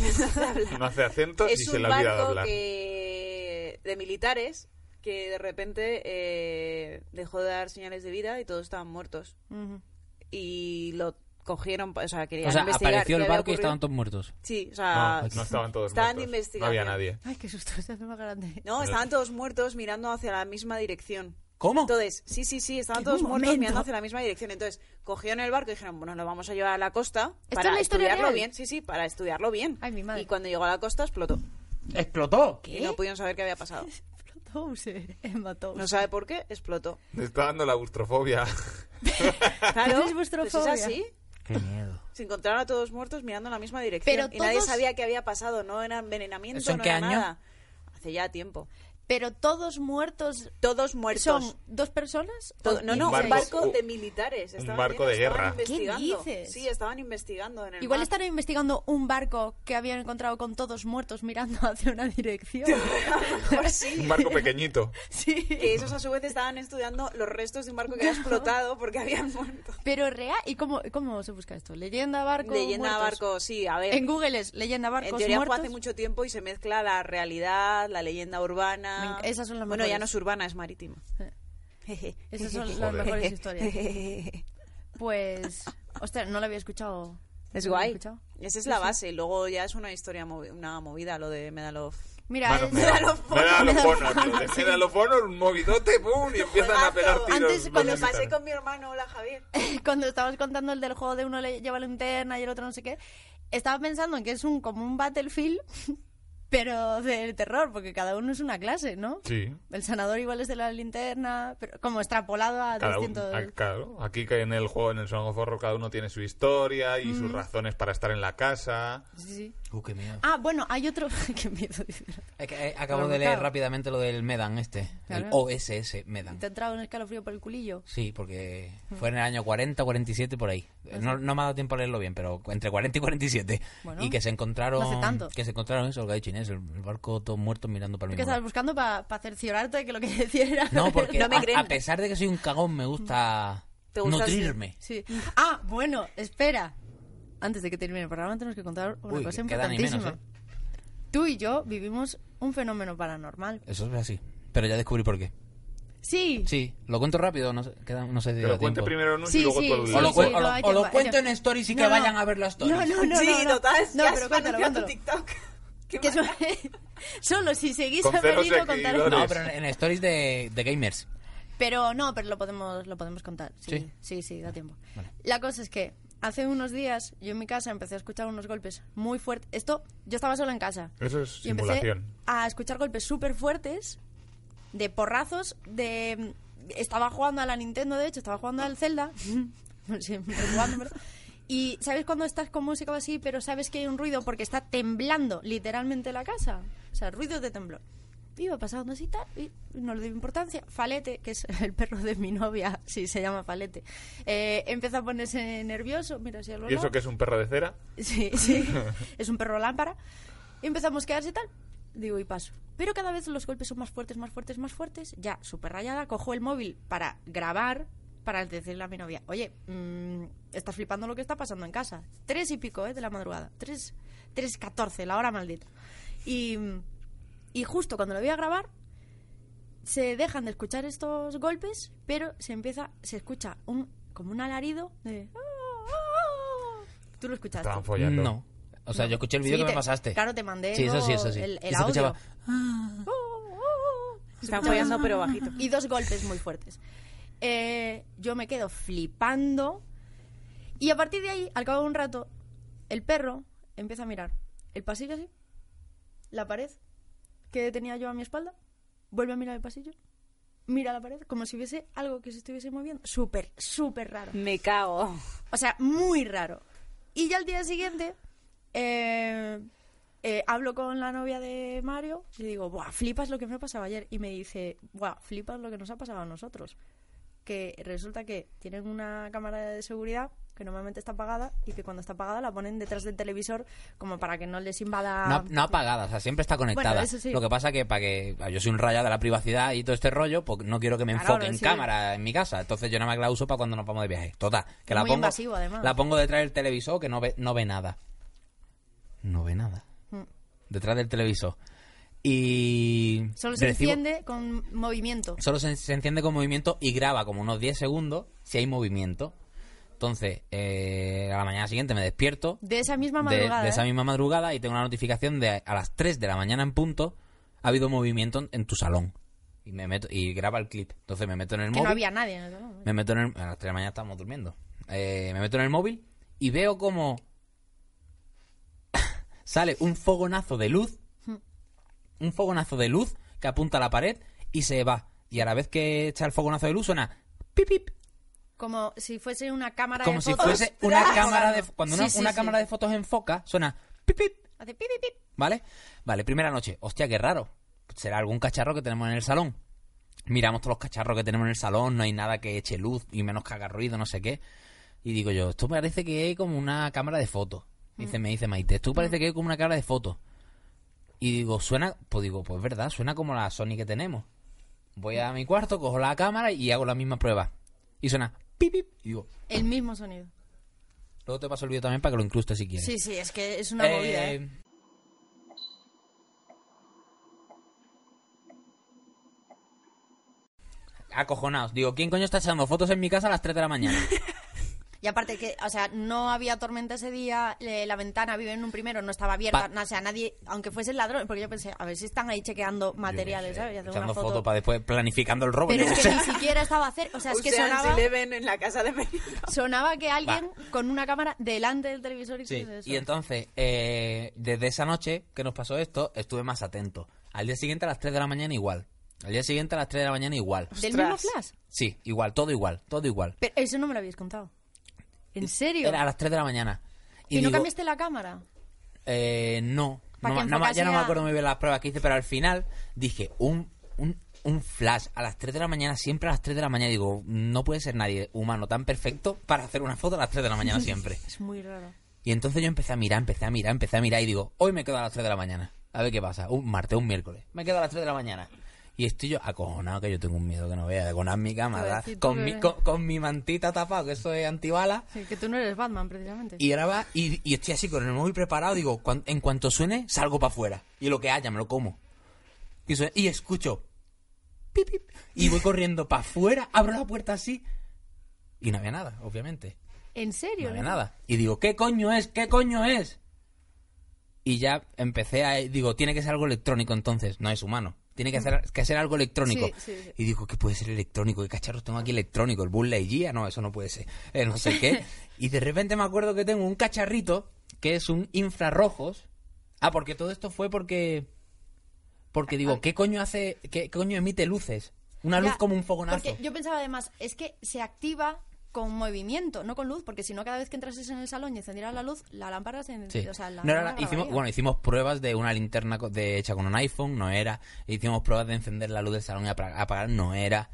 No hace acento y es se un le ha olvidado barco hablar. que de militares que de repente eh, dejó de dar señales de vida y todos estaban muertos Ujú. y lo cogieron o sea querían O sea, investigar apareció qué el había barco y ocurrido. estaban todos muertos. sí o sea No, no estaban todos estaban de muertos. No investigación había nadie. Ay, qué susto, se hace más grande. Eh. no estaban todos muertos mirando hacia la misma dirección ¿Cómo? entonces, sí, sí, sí, estaban En todos un muertos momento. mirando hacia la misma dirección. Entonces, cogieron el barco y dijeron, bueno, lo vamos a llevar a la costa ¿Esto para es la historia estudiarlo real? bien. Sí, sí, para estudiarlo bien. Ay, mi madre. ¿Eh? Y cuando llegó a la costa, explotó. ¿Explotó? Y no pudieron saber qué había pasado. Explotose, mató. No sabe por qué, explotó. Me está dando la claustrofobia. Claro, es vuestra pues es fobia. así. Qué miedo. Se encontraron a todos muertos mirando en la misma dirección. Pero y nadie todos- sabía qué había pasado. No era envenenamiento, ¿Eso en no qué era año? nada. Hace ya tiempo. Pero todos muertos Todos muertos. son dos personas. Todo- no, no, Un un barco- barco un- de militares. un Estaban barco viendo, de estaban guerra. investigando. ¿Qué dices? Sí, estaban investigando en el Igual mar. están investigando un barco que habían encontrado con todos muertos mirando hacia una dirección. Mejor Pues sí. Un barco pequeñito. sí. que esos a su vez estaban estudiando los restos de un barco que había explotado porque habían muerto. Pero real. ¿Y cómo, cómo se busca esto? ¿Leyenda barco? Leyenda muertos? barco, sí, a ver. En Google es leyenda barcos En teoría muertos. fue hace mucho tiempo y se mezcla la realidad, la leyenda Me urbana. enc- esas son las Bueno, mejores. ya Eh. no es urbana, es marítima. Esas son las Joder. mejores historias. es Pues. Ostras, no la había escuchado. No la había guay. escuchado. Esa es la base. Luego ya es una historia, movi- una movida, lo de Medal of... Mira, Manos es- Medan. Medal of Honor. Medal Medal of of Honor. tío. De Medal of Honor, un movidote, boom, y empiezan Ah, a pegar tiros. Antes, cuando Lo militares. pasé con mi hermano, hola Javier. cuando estabas contando el del juego de uno le lleva la linterna y el otro no sé qué, estaba pensando en que es un como un Battlefield, pero del terror, porque cada uno es una clase, ¿no? Sí. El sanador igual es de la linterna, pero como extrapolado a Cada uno, 300... a- claro, aquí que en el juego, en el Son of Horror, cada uno tiene su historia y sus razones para estar en la casa. Sí, sí. Uh, qué miedo. Ah, bueno, hay otro... qué miedo, dice. Es que, eh, acabo de Provocado. leer rápidamente lo del Medan este. Claro. El OSS Medan. Te Mm. ha entrado un escalofrío por el culillo. Sí, porque fue en el año 40, 47, por ahí. Ah, No, no me ha dado tiempo a leerlo bien, pero entre 40 y 47. Bueno, y que se encontraron... no hace tanto. Que se encontraron eso, lo que ha dicho Inés, es el el barco todo muerto mirando para el ¿Qué mismo estabas lado. buscando para cerciorarte de que lo que decía era... No, porque No me a- creen. a, pesar de que soy un cagón, me gusta ¿Te gusta nutrirme. Sí. Ah, bueno, espera. Antes de que termine el programa tenemos que contar una Uy, cosa que queda ni menos, ¿eh? importantísima. Tú y yo vivimos un fenómeno paranormal. Eso es así. Pero ya descubrí por qué. Sí. Sí, lo cuento rápido, no sé, queda- no sé si Que da lo cuente tiempo. primero Nus y Sí, luego sí, tú lo sí, O dices. lo, sí, cuen- no, o lo- hay o lo tiempo, cuento hay en stories y No, que no. vayan a ver las stories. No, no, no. sí, no, no. total, No, ya has pero cuéntalo, anunciado tu cuéntalo. TikTok. Qué Que mal. so- solo si seguís Con a cero Berlín lo contaré. seguidores. No, pero en en stories de, de gamers. Pero no, pero lo podemos, lo podemos contar. Sí, ¿Sí? sí, sí, da tiempo. La cosa es que hace unos días yo en mi casa empecé a escuchar unos golpes muy fuertes. Esto, yo estaba sola en casa. Eso es Y empecé simulación. a escuchar golpes súper fuertes de porrazos, de... Estaba jugando a la Nintendo, de hecho, estaba jugando al Zelda. Sí, jugando, pero- Y ¿sabes cuando estás con música o así, pero sabes que hay un ruido porque está temblando literalmente la casa? O sea, ruido de temblor. Iba pasando así tal, y no le doy importancia. Falete, que es el perro de mi novia, sí, se llama Falete, eh, empieza a ponerse nervioso. Mira, si ¿Y eso que es un perro de cera? Sí, sí. es un perro lámpara. Y empezamos a quedarse y tal. Digo, y paso. Pero cada vez los golpes son más fuertes, más fuertes, más fuertes. Ya, súper rayada, cojo el móvil para grabar, para decirle a mi novia, oye, mm, estás flipando lo que está pasando en casa. Tres y pico, ¿eh? De la madrugada. Tres, tres catorce, la hora maldita. Y, y justo cuando lo voy a grabar, se dejan de escuchar estos golpes, pero se empieza, se escucha un, como un alarido de... "Ah, ah, ah". Tú lo escuchaste. Estaban follando. No. O sea, yo escuché el vídeo Sí, que te- me pasaste. Claro, te mandé Sí, eso sí, luego eso sí. el, el Y se audio. escuchaba, Oh, oh, oh. Se Están escuchaba- follando, pero bajito. Y dos golpes muy fuertes. Eh, yo me quedo flipando. Y a partir de ahí, al cabo de un rato, el perro empieza a mirar el pasillo así, la pared que tenía yo a mi espalda, vuelve a mirar el pasillo, mira la pared, como si hubiese algo que se estuviese moviendo. Súper, súper raro. Me cago. O sea, muy raro. Y ya al día siguiente eh, eh, hablo con la novia de Mario y le digo, Buah, flipas lo que me pasaba ayer. Y me dice, Buah, flipas lo que nos ha pasado a nosotros. Que resulta que tienen una cámara de seguridad que normalmente está apagada y que cuando está apagada la ponen detrás del televisor como para que no les invada... No, no apagada, o sea, siempre está conectada. ah. Bueno, eso sí. Lo que pasa que para que ah, yo soy un rayado de la privacidad y todo este rollo, pues no quiero que me Claro, enfoque en sí. cámara en mi casa. Entonces yo nada más la uso para cuando nos vamos de viaje. Total, que la Muy pongo invasivo, además. la pongo detrás del televisor que no ve no ve nada. No ve nada. Mm. Detrás del televisor. Y Solo se recibo- enciende con movimiento. solo se, se enciende con movimiento y graba como unos 10 segundos si hay movimiento. Entonces, eh, a la mañana siguiente me despierto De esa misma de- madrugada. de, esa ¿eh? misma madrugada y tengo una notificación de a las 3 de la mañana en punto ha habido movimiento en, en tu salón. Y me meto y graba el clip. Entonces me meto en el Que móvil. no había nadie. en el salón. Me meto en el, a las 3 de la mañana estábamos durmiendo. Eh, me meto en el móvil y veo como sale un fogonazo de luz. Un fogonazo de luz que apunta a la pared y se va. Y a la vez que echa el fogonazo de luz suena pip pip Como si fuese una cámara como de si fotos. fuese una cámara de cuando una, Sí, sí, una sí. cámara de fotos enfoca suena pip pip Hace pi, pi, pi. ¿Vale? Vale, primera noche. Hostia, qué raro. ¿Será algún cacharro que tenemos en el salón? Miramos todos los cacharros que tenemos en el salón, no hay nada que eche luz y menos que haga ruido, no sé qué. Y digo yo, esto parece que es como una cámara de fotos. Dice, me dice Maite, esto parece que es como una cámara de fotos. Y digo, suena, pues digo, pues verdad, suena como la Sony que tenemos. Voy a mi cuarto, cojo la cámara y hago la misma prueba. Y suena, pip, pip. Y digo, El mismo sonido. luego te paso el vídeo también para que lo incrustes si quieres. Sí, sí, es que es una movida, ¿eh? Eh, Acojonados. Digo, ¿quién coño está echando fotos en mi casa a las 3 de la mañana? Y aparte que, o sea, no había tormenta ese día, eh, la ventana vive en un primero, no estaba abierta, Pa- no, o sea, nadie, aunque fuese ladrón, porque yo pensé, a ver si están ahí chequeando materiales, ¿sabes? Y hacen echando una foto. fotos para después planificando el robo. Pero yo es que qué sé. ni siquiera estaba cerca, o sea, es que sonaba, Eleven en la casa de Merino. sonaba que alguien con una cámara delante del televisor y Sí, todo eso. Y entonces, eh, desde esa noche que nos pasó esto, estuve más atento. Al día siguiente a las 3 de la mañana igual. Al día siguiente a las 3 de la mañana igual. ¿Del Ostras. mismo flash? Sí, igual, todo igual, todo igual. Pero eso no me lo habías contado. ¿En serio? Era a las 3 de la mañana. ¿Y, no digo, cambiaste la cámara? Eh, no. Pa' No que ma- no ma- ya enfocase no me a- acuerdo muy bien las pruebas que hice, pero al final dije, un, un, un flash a las 3 de la mañana, siempre a las 3 de la mañana. Digo, no puede ser nadie humano tan perfecto para hacer una foto a las 3 de la mañana siempre. Es muy raro. Y entonces yo empecé a mirar, empecé a mirar, empecé a mirar y digo, hoy me quedo a las 3 de la mañana. a ver qué pasa. Un martes, un miércoles. Me quedo a las 3 de la mañana. Y estoy yo acojonado, que yo tengo un miedo que no vea, de conar mi cama, ¿verdad? Pobrecito, con, mi, bebé. con, con mi mantita tapada, que eso es antibala. Sí, que tú no eres Batman, precisamente. Y ahora va, y, y estoy así con el móvil preparado, digo, cuan- en cuanto suene, salgo para afuera. Y lo que haya, me lo como. Y, suena- y escucho. pip, pip, y voy corriendo para afuera, abro la puerta así. Y no había nada, obviamente. ¿En serio? No había nada. Y digo, ¿qué coño es? ¿Qué coño es? Y ya empecé a... Digo, tiene que ser algo electrónico entonces, no es humano. Tiene que ser, que ser algo electrónico. Sí, sí, sí. Y digo, ¿qué puede ser electrónico? ¿Qué cacharros tengo aquí electrónico? ¿El Bull Lightyear? No, eso no puede ser. Eh, no sé qué. y de repente me acuerdo que tengo un cacharrito que es un infrarrojos. Ah, porque todo esto fue porque... Porque digo, ¿qué coño hace... ¿Qué coño emite luces? Una luz Ah. Ya, como un fogonazo. Porque yo pensaba además, es que se activa con movimiento, no con luz, porque si no, cada vez que entrases en el salón y encendieras la luz, la lámpara se. Sí. o sea, la No era- lámpara hicimos, grabaría. bueno, hicimos pruebas de una linterna co- de, hecha con un iPhone, no era. Hicimos pruebas de encender la luz del salón y apra- apagar, no era.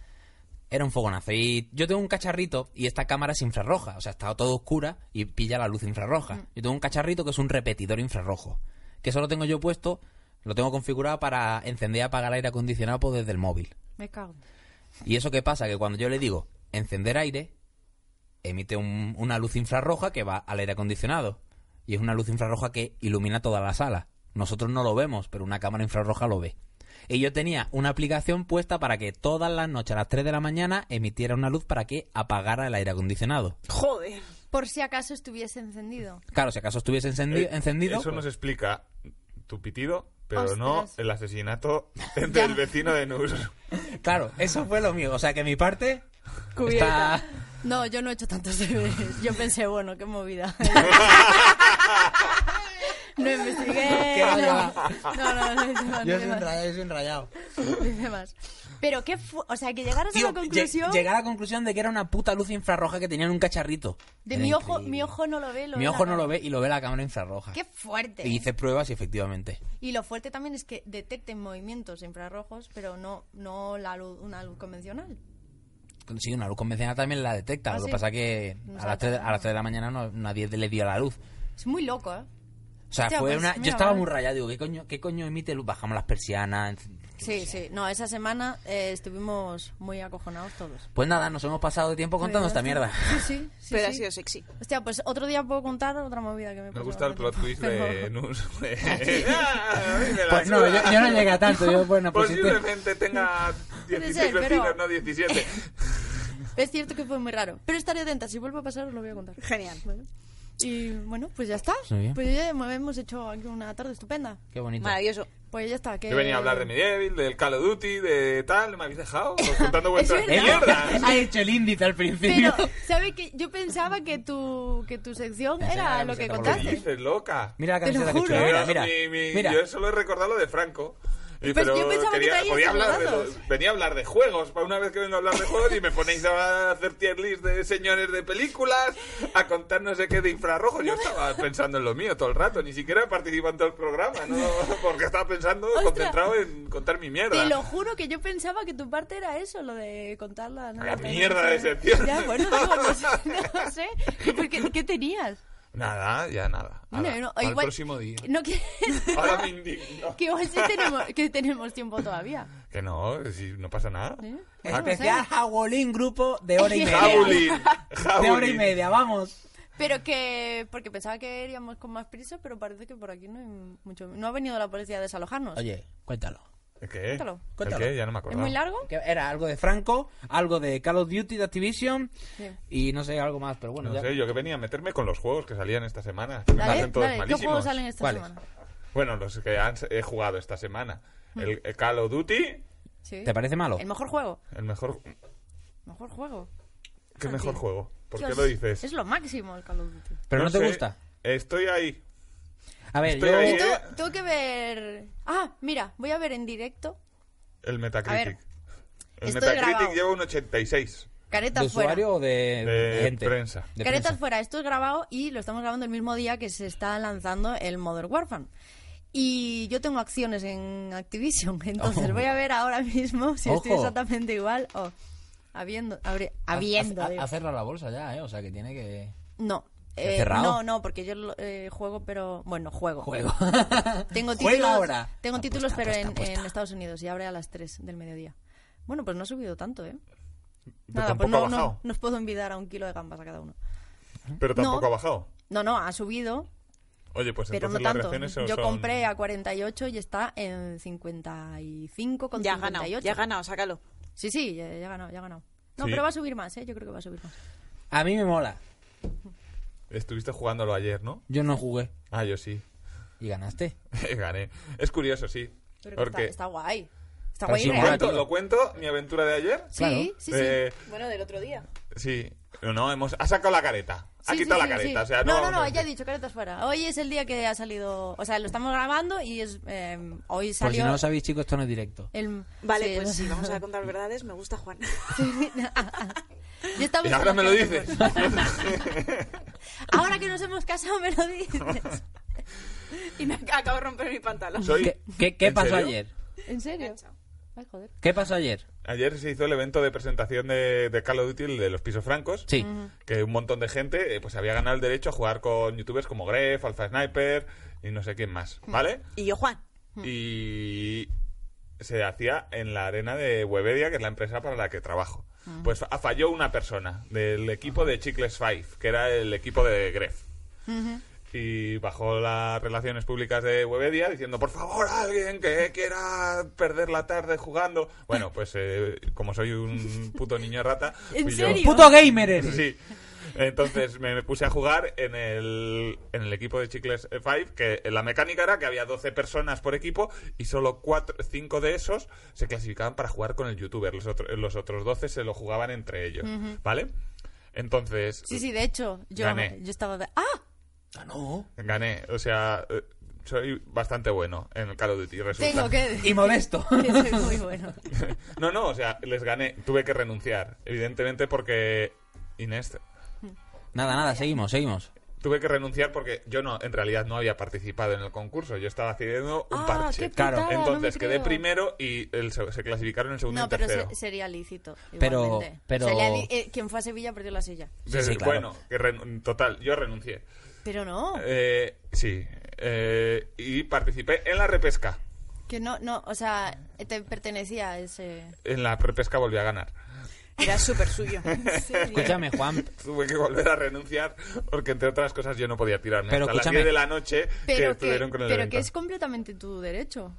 Era un fogonazo. Y yo tengo un cacharrito y esta cámara es infrarroja. O sea, está todo oscura y pilla la luz infrarroja. Mm. Yo tengo un cacharrito que es un repetidor infrarrojo. Que eso lo tengo yo puesto, lo tengo configurado para encender y apagar aire acondicionado pues, desde el móvil. Me cago. ¿Y eso qué pasa? Que cuando yo le digo encender aire, emite un- una luz infrarroja que va al aire acondicionado. Y es una luz infrarroja que ilumina toda la sala. Nosotros no lo vemos, pero una cámara infrarroja lo ve. Y yo tenía una aplicación puesta para que todas las noches a las 3 de la mañana emitiera una luz para que apagara el aire acondicionado. Joder. Por si acaso estuviese encendido. Claro, si acaso estuviese encendi- Eh, encendido... Eso pues- nos explica tu pitido, pero no Ostras. el asesinato del vecino de Nus. Claro, eso fue lo mío. O sea que mi parte... Cubierta. está- No, yo no he hecho tantos deberes. Yo pensé, bueno, qué movida. no investigué. Qué No, rayada. no, no, no hice más, no Yo hice soy un más, rayado, yo soy un rayado. no hice más. Pero qué fu- O sea, que llegaras Tío, a la lle- conclusión llegué a la conclusión de que era una puta luz infrarroja que tenía en un cacharrito. de Era mi ojo, increíble. mi ojo no lo ve. Lo Mi ve la ojo no cámara. lo ve y lo ve la cámara infrarroja. Qué fuerte. Y hice pruebas y efectivamente. Y lo fuerte también es que detecten movimientos infrarrojos, pero no, no la luz, una luz convencional. Sí, una luz convencional también la detecta. Ah, lo que sí. pasa que No a se las, 3, ataca, a las no. 3 de la mañana no, nadie le dio la luz. Es muy loco, ¿eh? O sea, Hostia, fue pues, una... mira, Yo estaba vale. muy rayado. Digo, ¿qué coño, qué coño emite luz? Bajamos las persianas. en- Sí, sí. No, esa semana eh, estuvimos muy acojonados todos. Pues nada, nos hemos pasado de tiempo contando esta mierda. Sí, sí. sí, pero sí. ha sido sexy. Hostia, pues otro día puedo contar otra movida que me Me pasó gusta el hace plot tiempo, twist pero- de Nus. Ah, me la Pues no, yo, suda. yo no llegué a tanto. Yo, bueno, pues... sí, te- Posiblemente tenga 16 ser, pero- vecinos, no 17. Es cierto que fue muy raro. Pero estaré atenta. Si vuelvo a pasar, os lo voy a contar. Genial. Vale. Y bueno, pues ya está. Muy bien. Pues ya hemos hecho aquí una tarde estupenda. Qué bonito. Maravilloso. Pues ya está. Que... Yo venía a hablar de Medieval, del Call of Duty, de tal, me habéis dejado contando Es vuestras verdad. mierdas. Ha hecho el índice al Pero, principio. ¿sabe que Yo pensaba que tu, que tu sección Enseña la era lo camiseta, que por ¿Qué favor. contaste. dices, loca? Mira la Te lo camiseta que juro. chula. Mira, Yo- mira. mi- mi- mira. Yo solo he recordado lo de Franco. Y Pues yo pensaba que traías podía hablar de saludados. los- venía a hablar de juegos. Para una vez que vengo a hablar de juegos y me ponéis a hacer tier list de señores de películas, a contar no sé qué de infrarrojos. Yo estaba pensando en lo mío todo el rato. Ni siquiera participaba en todo el programa, ¿no? Porque estaba pensando, Ostras. concentrado en contar mi mierda. Te lo juro que yo pensaba que tu parte era eso, lo de contar la... La anécdota. mierda de sección. Ya, bueno, digo, no sé, no sé. ¿Por qué, qué tenías? Nada, ya nada. Ahora, No, no, al igual- próximo día. No quieres... Ahora me indigno. que hoy sí tenemos, que tenemos tiempo todavía. Que no, si no pasa nada. ¿eh? Ah, No sé. Especial Jabolín Grupo de hora y media. Jaulín, De hora y Jaulín. media, vamos. Pero que... Porque pensaba que iríamos con más prisa, pero parece que por aquí no hay mucho... No ha venido la policía a desalojarnos. Oye, cuéntalo. ¿Qué? Cuéntalo. ¿El Cuéntalo. qué? Ya no me ¿Es acuerdo. muy largo? Que era algo de Franco, algo de Call of Duty de Activision Sí. y no sé, algo más, pero bueno. No ya- sé, yo que venía a meterme con los juegos que salían esta semana. que me Dale, parecen todos dale, ¿Qué malísimos. juegos salen esta ¿Cuáles? semana? Bueno, los que han- he jugado esta semana. Mm. El, el Call of Duty, Sí. ¿Te parece malo? El mejor juego. el mejor... Mejor juego. ¿Qué mejor tío. juego? ¿Por qué Dios, lo dices? Es lo máximo el Call of Duty. Pero no, te sé, gusta. Estoy ahí. A ver, estoy yo... ahí, Yo ¿eh? tengo, tengo que ver. Ah, mira, voy a ver en directo. El Metacritic. A ver, el estoy Metacritic grabado. lleva un 86 Caretas ¿De fuera. usuario o de, de gente? prensa. De Caretas prensa. fuera. Esto es grabado y lo estamos grabando el mismo día que se está lanzando el Modern Warfare. Y yo tengo acciones en Activision, entonces Ojo. voy a ver ahora mismo si estoy Ojo. exactamente igual o habiendo, habri- Ha- habiendo. ha- digo. ha cerrado la bolsa ya, ¿eh? O sea, que tiene que... No, ¿Está Eh, cerrado? No, no, porque yo lo- eh, juego, pero. Bueno, juego. Juego. Tengo Juego títulos, ahora. Tengo Apuesta, títulos, pero apuesta, en- en, apuesta. Estados Unidos y abre a las 3 del mediodía. Bueno, pues no ha subido tanto, ¿eh? Pero Nada, pues tampoco no, ha no- bajado. no os puedo envidar a un kilo de gambas a cada uno. Pero No. tampoco ha bajado. No, no, ha subido, Oye, pues pero no entonces las tanto. reacciones son... Yo compré a 48 y está en 55 con Ya ha ganado, ya ha ganado, sácalo. Sí, sí, ya, ya ha ganado, ya ha ganado. No, Sí. pero va a subir más, ¿eh? Yo creo que va a subir más. A mí me mola. Estuviste jugándolo ayer, ¿no? Yo no jugué. Ah, yo sí. Eh, ¿Y ganaste? Gané. Es curioso, sí. Pero que Porque... está, está guay. Está Está guay y sin real. rato. ¿Cuento- ¿Lo cuento? ¿Mi aventura de ayer? Sí, claro. sí, sí. Eh, Bueno, del otro día. Sí, no, no, hemos, ha sacado la careta. Ha Sí, quitado sí, la sí, sí. careta. O sea, no, no, no, vamos no, a- ella ha dicho caretas fuera. Hoy es el día que ha salido. O sea, lo estamos grabando y es. eh, hoy Por si salió. no lo sabéis, chicos, esto no es directo. el... Vale, sí, pues lo- sí, vamos a contar verdades. Me gusta Juan. Ya estamos Y ahora con me lo las dices. caretas fuera. ahora que nos hemos casado, me lo dices. y me ac- acabo de romper mi pantalón. Soy- ¿Qué, qué- qué ¿En pasó serio? ayer? ¿En serio? Ay, joder. ¿Qué pasó ayer? Ayer se hizo el evento de presentación de, de Call of Duty, el de los pisos francos. Sí. Que un montón de gente eh, pues había ganado el derecho a jugar con youtubers como Gref, Alpha Sniper y no sé quién más. Hmm. ¿Vale? Y yo, Juan. Y se hacía en la arena de Webedia, que es la empresa para la que trabajo. Pues fa- falló una persona del equipo de Chicles Five, que era el equipo de Gref. Y bajó las relaciones públicas de Webedia diciendo, por favor, alguien que quiera perder la tarde jugando. Bueno, pues eh, como soy un puto niño rata... ¿En fui yo. serio? ¡Puto gamer eres! Sí. Entonces me, me puse a jugar en el, en el equipo de Chicles 5, que la mecánica era que había 12 personas por equipo y solo 5 de esos se clasificaban para jugar con el youtuber. Los, otro- los otros 12 se lo jugaban entre ellos, ¿vale? Entonces Sí, sí, de hecho, yo, Gané. yo estaba. de- ¡Ah! gané, o sea, eh, soy bastante bueno en el Call of Duty, resulta. Tengo que decir Y modesto. que soy muy bueno. No, no, o sea, les gané, tuve que renunciar, evidentemente porque Inés Nada, nada, seguimos, seguimos. Tuve que renunciar porque yo no, en realidad no había participado en el concurso. Yo estaba haciendo un Ah, parche. qué Claro. putada, no me Entonces quedé creo. primero y el se, se clasificaron en segundo No, y pero tercero. se- sería lícito. Pero- igualmente. pero- Sería li- eh, quien fue a Sevilla perdió la silla. Entonces, Sí, sí, claro. Bueno, que ren- total, yo renuncié. Pero no, Eh, sí. eh, y participé en la repesca. que no, no, o sea, te pertenecía a ese. En la repesca volví a ganar. Era súper suyo. Escúchame, Juan. Tuve que volver a renunciar porque, entre otras cosas, yo no podía tirarme Pero hasta escúchame. las 10 de la noche que Pero que, estuvieron con el pero evento. que es completamente tu derecho.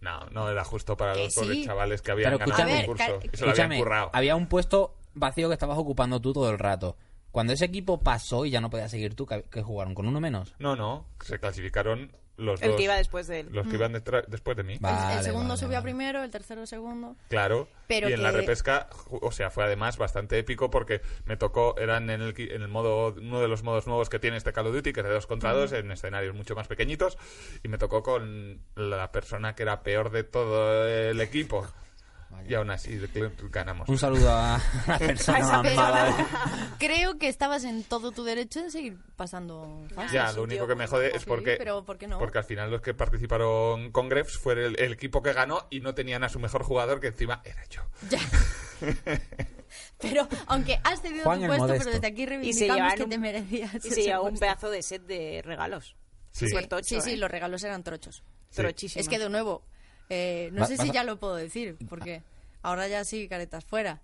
No, no era justo para Que los pobres sí. chavales que Pero habían ganado el escúchame. concurso. A ver, y se lo habían Escúchame, currado. había un puesto vacío que estabas ocupando tú todo el rato. Cuando ese equipo pasó y ya no podías seguir tú, que que jugaron con uno menos. No, no, se clasificaron los El dos. que iba después Mm. de él. Los que iban detra- después de mí. El- el Vale, segundo vale, subía vale. primero, el tercero segundo. Claro. Pero y en la que- repesca, ju- o sea, fue además bastante épico porque me tocó, eran en el, qui- en el modo, uno de los modos nuevos que tiene este Call of Duty, que es de dos contra dos, en escenarios mucho más pequeñitos, y me tocó con la persona que era peor de todo el equipo. Y aún así cl- ganamos. Un saludo a la persona Esa más persona. mala de- Creo que estabas en todo tu derecho de seguir pasando. fases. Ya, Ah, es lo un único tío que me muy jode guapo. es porque, Sí, pero ¿por qué no? porque al final los que participaron con Grefgs fue el, el equipo que ganó y no tenían a su mejor jugador, que encima era yo. Ya. Pero aunque has cedido Juan tu el puesto, modesto. pero desde aquí Y se reivindicamos llevaron que un, te merecías. y ese se llevaba un puesto. pedazo de set de regalos. Sí. Súper tocho, Sí, sí, ¿eh? los regalos eran trochos. Trochísimo. Es que de nuevo, eh, no Va- sé vas si a- ya lo puedo decir, porque ahora ya sí, caretas fuera.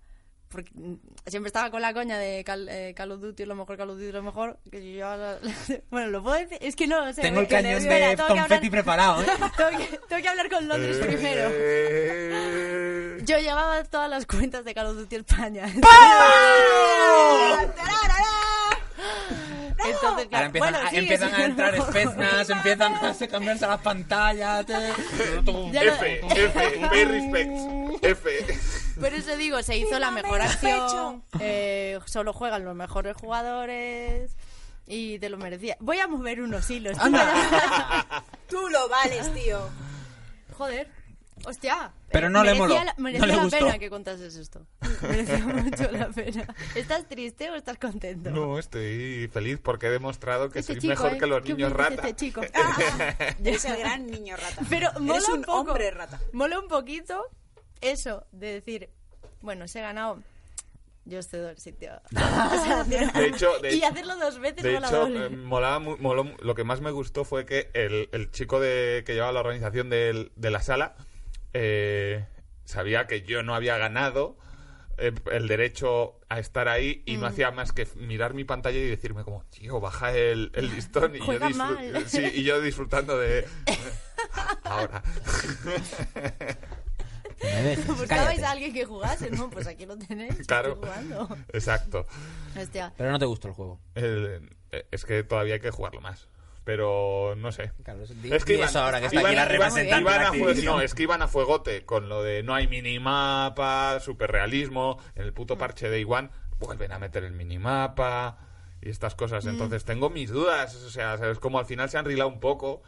Porque mm, siempre estaba con la coña de Cal- eh, Call of Duty es lo mejor, Call of Duty es lo mejor. Que yo ya la- bueno, lo puedo decir, es que no lo sé. Tengo el que cañón nervio, de espera, tengo que confeti hablar- preparado, ¿eh? tengo, que, tengo que hablar con Londres primero. Eh, Yo llevaba todas las cuentas de Call of Duty España. Entonces, Ahora claro, empiezan, bueno, a, sigue empiezan a siendo entrar lo mejor. espeznas, empiezan a hacer cambiarse las pantallas. eh. te- Ya lo- F, F, pay respect, F. Por eso digo, se hizo la mejor acción. eh, solo juegan los mejores jugadores. Y te lo merecía. Voy a mover unos hilos. Anda. Tú lo vales, tío. Joder. Hostia. Eh, Pero no le merecía moló, la- no merecía le la gustó. pena que contases esto. Merecía mucho la pena. ¿Estás triste o estás contento? No, estoy feliz porque he demostrado que Este soy chico, mejor ¿eh? que los Qué niños humilde es rata. este chico. Eres el gran niño rata. Pero mola Eres un poco, hombre rata. Mola un poquito eso de decir, bueno, se he ganado Yo cedo el sitio. O sea, hacer- De hecho- de y hecho- hacerlo dos veces De no la hecho, doble. eh, molaba mu- moló mu- lo que más me gustó fue que el, el chico de, que llevaba la organización del- de la sala eh, sabía que yo no había ganado eh, el derecho a estar ahí y Mm. no hacía más que f- mirar mi pantalla y decirme como, tío, baja el, el listón y yo, Juega disfru- mal. sí, y yo disfrutando de... Ahora. Me dejes, Buscabais cállate. a alguien que jugase, ¿no? Pues aquí lo tenéis. Claro. estoy jugando. Exacto. Hostia. Pero no te gustó el juego. El- eh, es que todavía hay que jugarlo más. Pero no sé. Claro, eso- di- Es que di iban, eso ahora que está iban- aquí la iban- representante iban de a fue- Activision. no, es que iban a fuegote con lo de no hay minimapa, superrealismo, en el Mm. puto parche de Iguan vuelven a meter el minimapa y estas Mm. cosas. Entonces tengo mis dudas, o sea, es como al final se han rilado un poco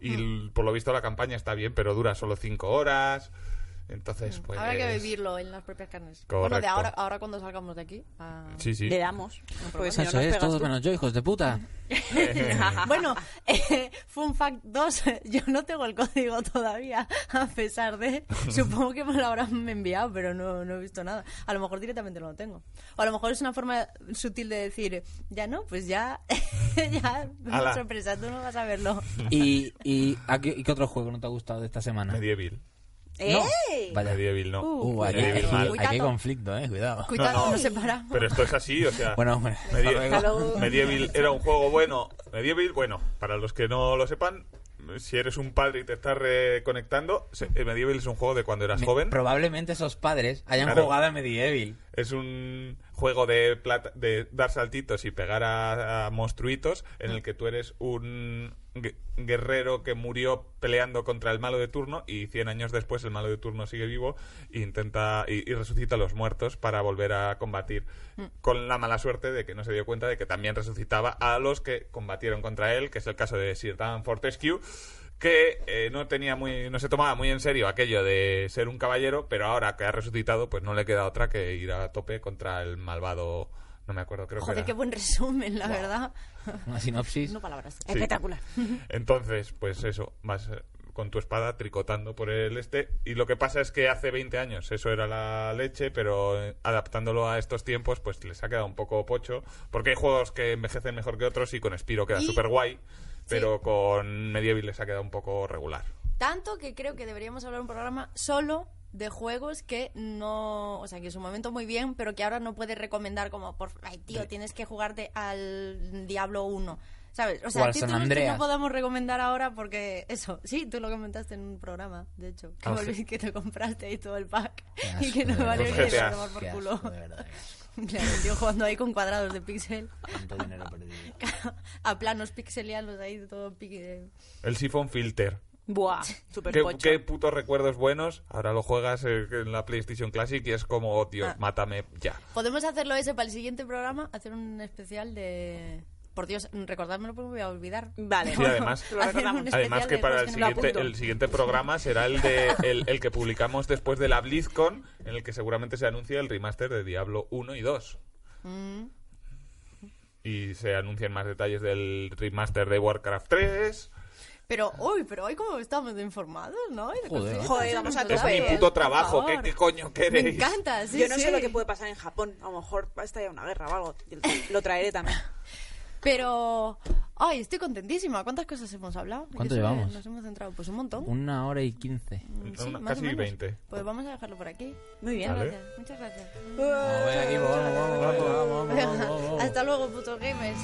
y Mm. l- por lo visto la campaña está bien, pero dura solo cinco horas. Mm. Entonces, pues... Habrá que vivirlo en las propias carnes. Bueno, de Correcto. ahora, ahora cuando salgamos de aquí. a- Sí, sí. Le damos. Pues si no, Eso nos es, pegas todos tú. menos yo, hijos de puta. Bueno, eh, Fun Fact 2, yo no tengo el código todavía, a pesar de... Supongo que me lo habrán enviado, pero no, no he visto nada. A lo mejor directamente no lo tengo. O a lo mejor es una forma sutil de decir, ya no, pues ya... ya, Ala. sorpresa, tú no vas a verlo. ¿Y, y, ¿a qué, y qué otro juego no te ha gustado de esta semana? Medieval. No. ¡Ey! Vaya. Medieval no. Uh, Uh, aquí, Medieval aquí- mal. ¡Eh! aquí hay Cuidado. conflicto, eh, cuidado. Cuidado, no, se para. Pero esto es así, o sea... Bueno, bueno. hasta Medie- luego. Medieval era un juego bueno. Medieval, bueno, para los que no lo sepan, si eres un padre y te estás reconectando, se- eh, Medieval es un juego de cuando eras Me- joven. Probablemente esos padres hayan Claro. jugado a Medieval. Es un juego de, plata- de dar saltitos y pegar a, a monstruitos en el que tú eres un gue- guerrero que murió peleando contra el malo de turno y 100 años después el malo de turno sigue vivo e intenta y, y resucita a los muertos para volver a combatir con la mala suerte de que no se dio cuenta de que también resucitaba a los que combatieron contra él, que es el caso de Sir Dan Fortescue que eh, no tenía muy no se tomaba muy en serio aquello de ser un caballero pero ahora que ha resucitado pues no le queda otra que ir a tope contra el malvado no me acuerdo creo Joder, que qué era. buen resumen, la verdad. Una sinopsis. No palabras. Sí. Espectacular. entonces pues eso vas eh, con tu espada tricotando por el este y lo que pasa es que hace 20 años eso era la leche pero eh, adaptándolo a estos tiempos pues les ha quedado un poco pocho porque hay juegos que envejecen mejor que otros y con Spiro queda Y- súper guay pero con Medieval les ha quedado un poco regular Tanto que creo que deberíamos hablar un programa solo de juegos que no, o sea, que en su momento muy bien, pero que ahora no puedes recomendar como, por, ay tío, tienes que jugarte al Diablo 1. ¿Sabes? O sea, O al San títulos que Andreas. no podamos recomendar ahora porque eso, sí, tú lo comentaste en un programa, de hecho, que, Ah, volví- sí. que te compraste ahí todo el pack Qué y que asco, no de valió verdad. ni para Qué tomar por Qué culo. asco, de verdad, qué asco. Claro, yo jugando ahí con cuadrados de píxel, Tanto dinero perdido. a planos pixelianos ahí, de todo pique- el Siphon Filter Buah, super ¿Qué, pocho. qué putos recuerdos buenos. Ahora lo juegas eh, en la PlayStation Classic y es como, oh, Dios, Ah. mátame ya. Podemos hacerlo ese para el siguiente programa, hacer un especial de... Por Dios, recordármelo porque me voy a olvidar. Vale. Y además- Lo recordamos. Hacer un- Además especial que de para el juegos que no me siguiente, apunto. el siguiente programa será el, de, el, el que publicamos después de la BlizzCon, en el que seguramente se anuncia el remaster de Diablo 1 y 2. Mm. Y se anuncian más detalles del remaster de Warcraft 3. Pero, uy, pero hoy como estamos de informados, ¿no? Y de Joder. cositas, Joder, sí, vamos nos a Es tope. ¿eh? mi hablamos, puto por trabajo, ¿qué, favor. qué coño Me queréis? encanta, sí, Yo no sí. sé lo que puede pasar en Japón. A lo mejor está ya una guerra o algo. Lo traeré también. Pero, ay, estoy contentísima. ¿Cuántas cosas hemos hablado? Yo ¿Cuánto sé, llevamos? Nos hemos centrado, pues un montón. Una hora y quince. Sí, Una- más o casi menos. 20. Pues vamos a dejarlo por aquí. Muy bien. Vale. Gracias, muchas gracias. Oh, vamos, vamos, vamos, vamos, vamos, vamos, vamos. Hasta luego, putos gamers.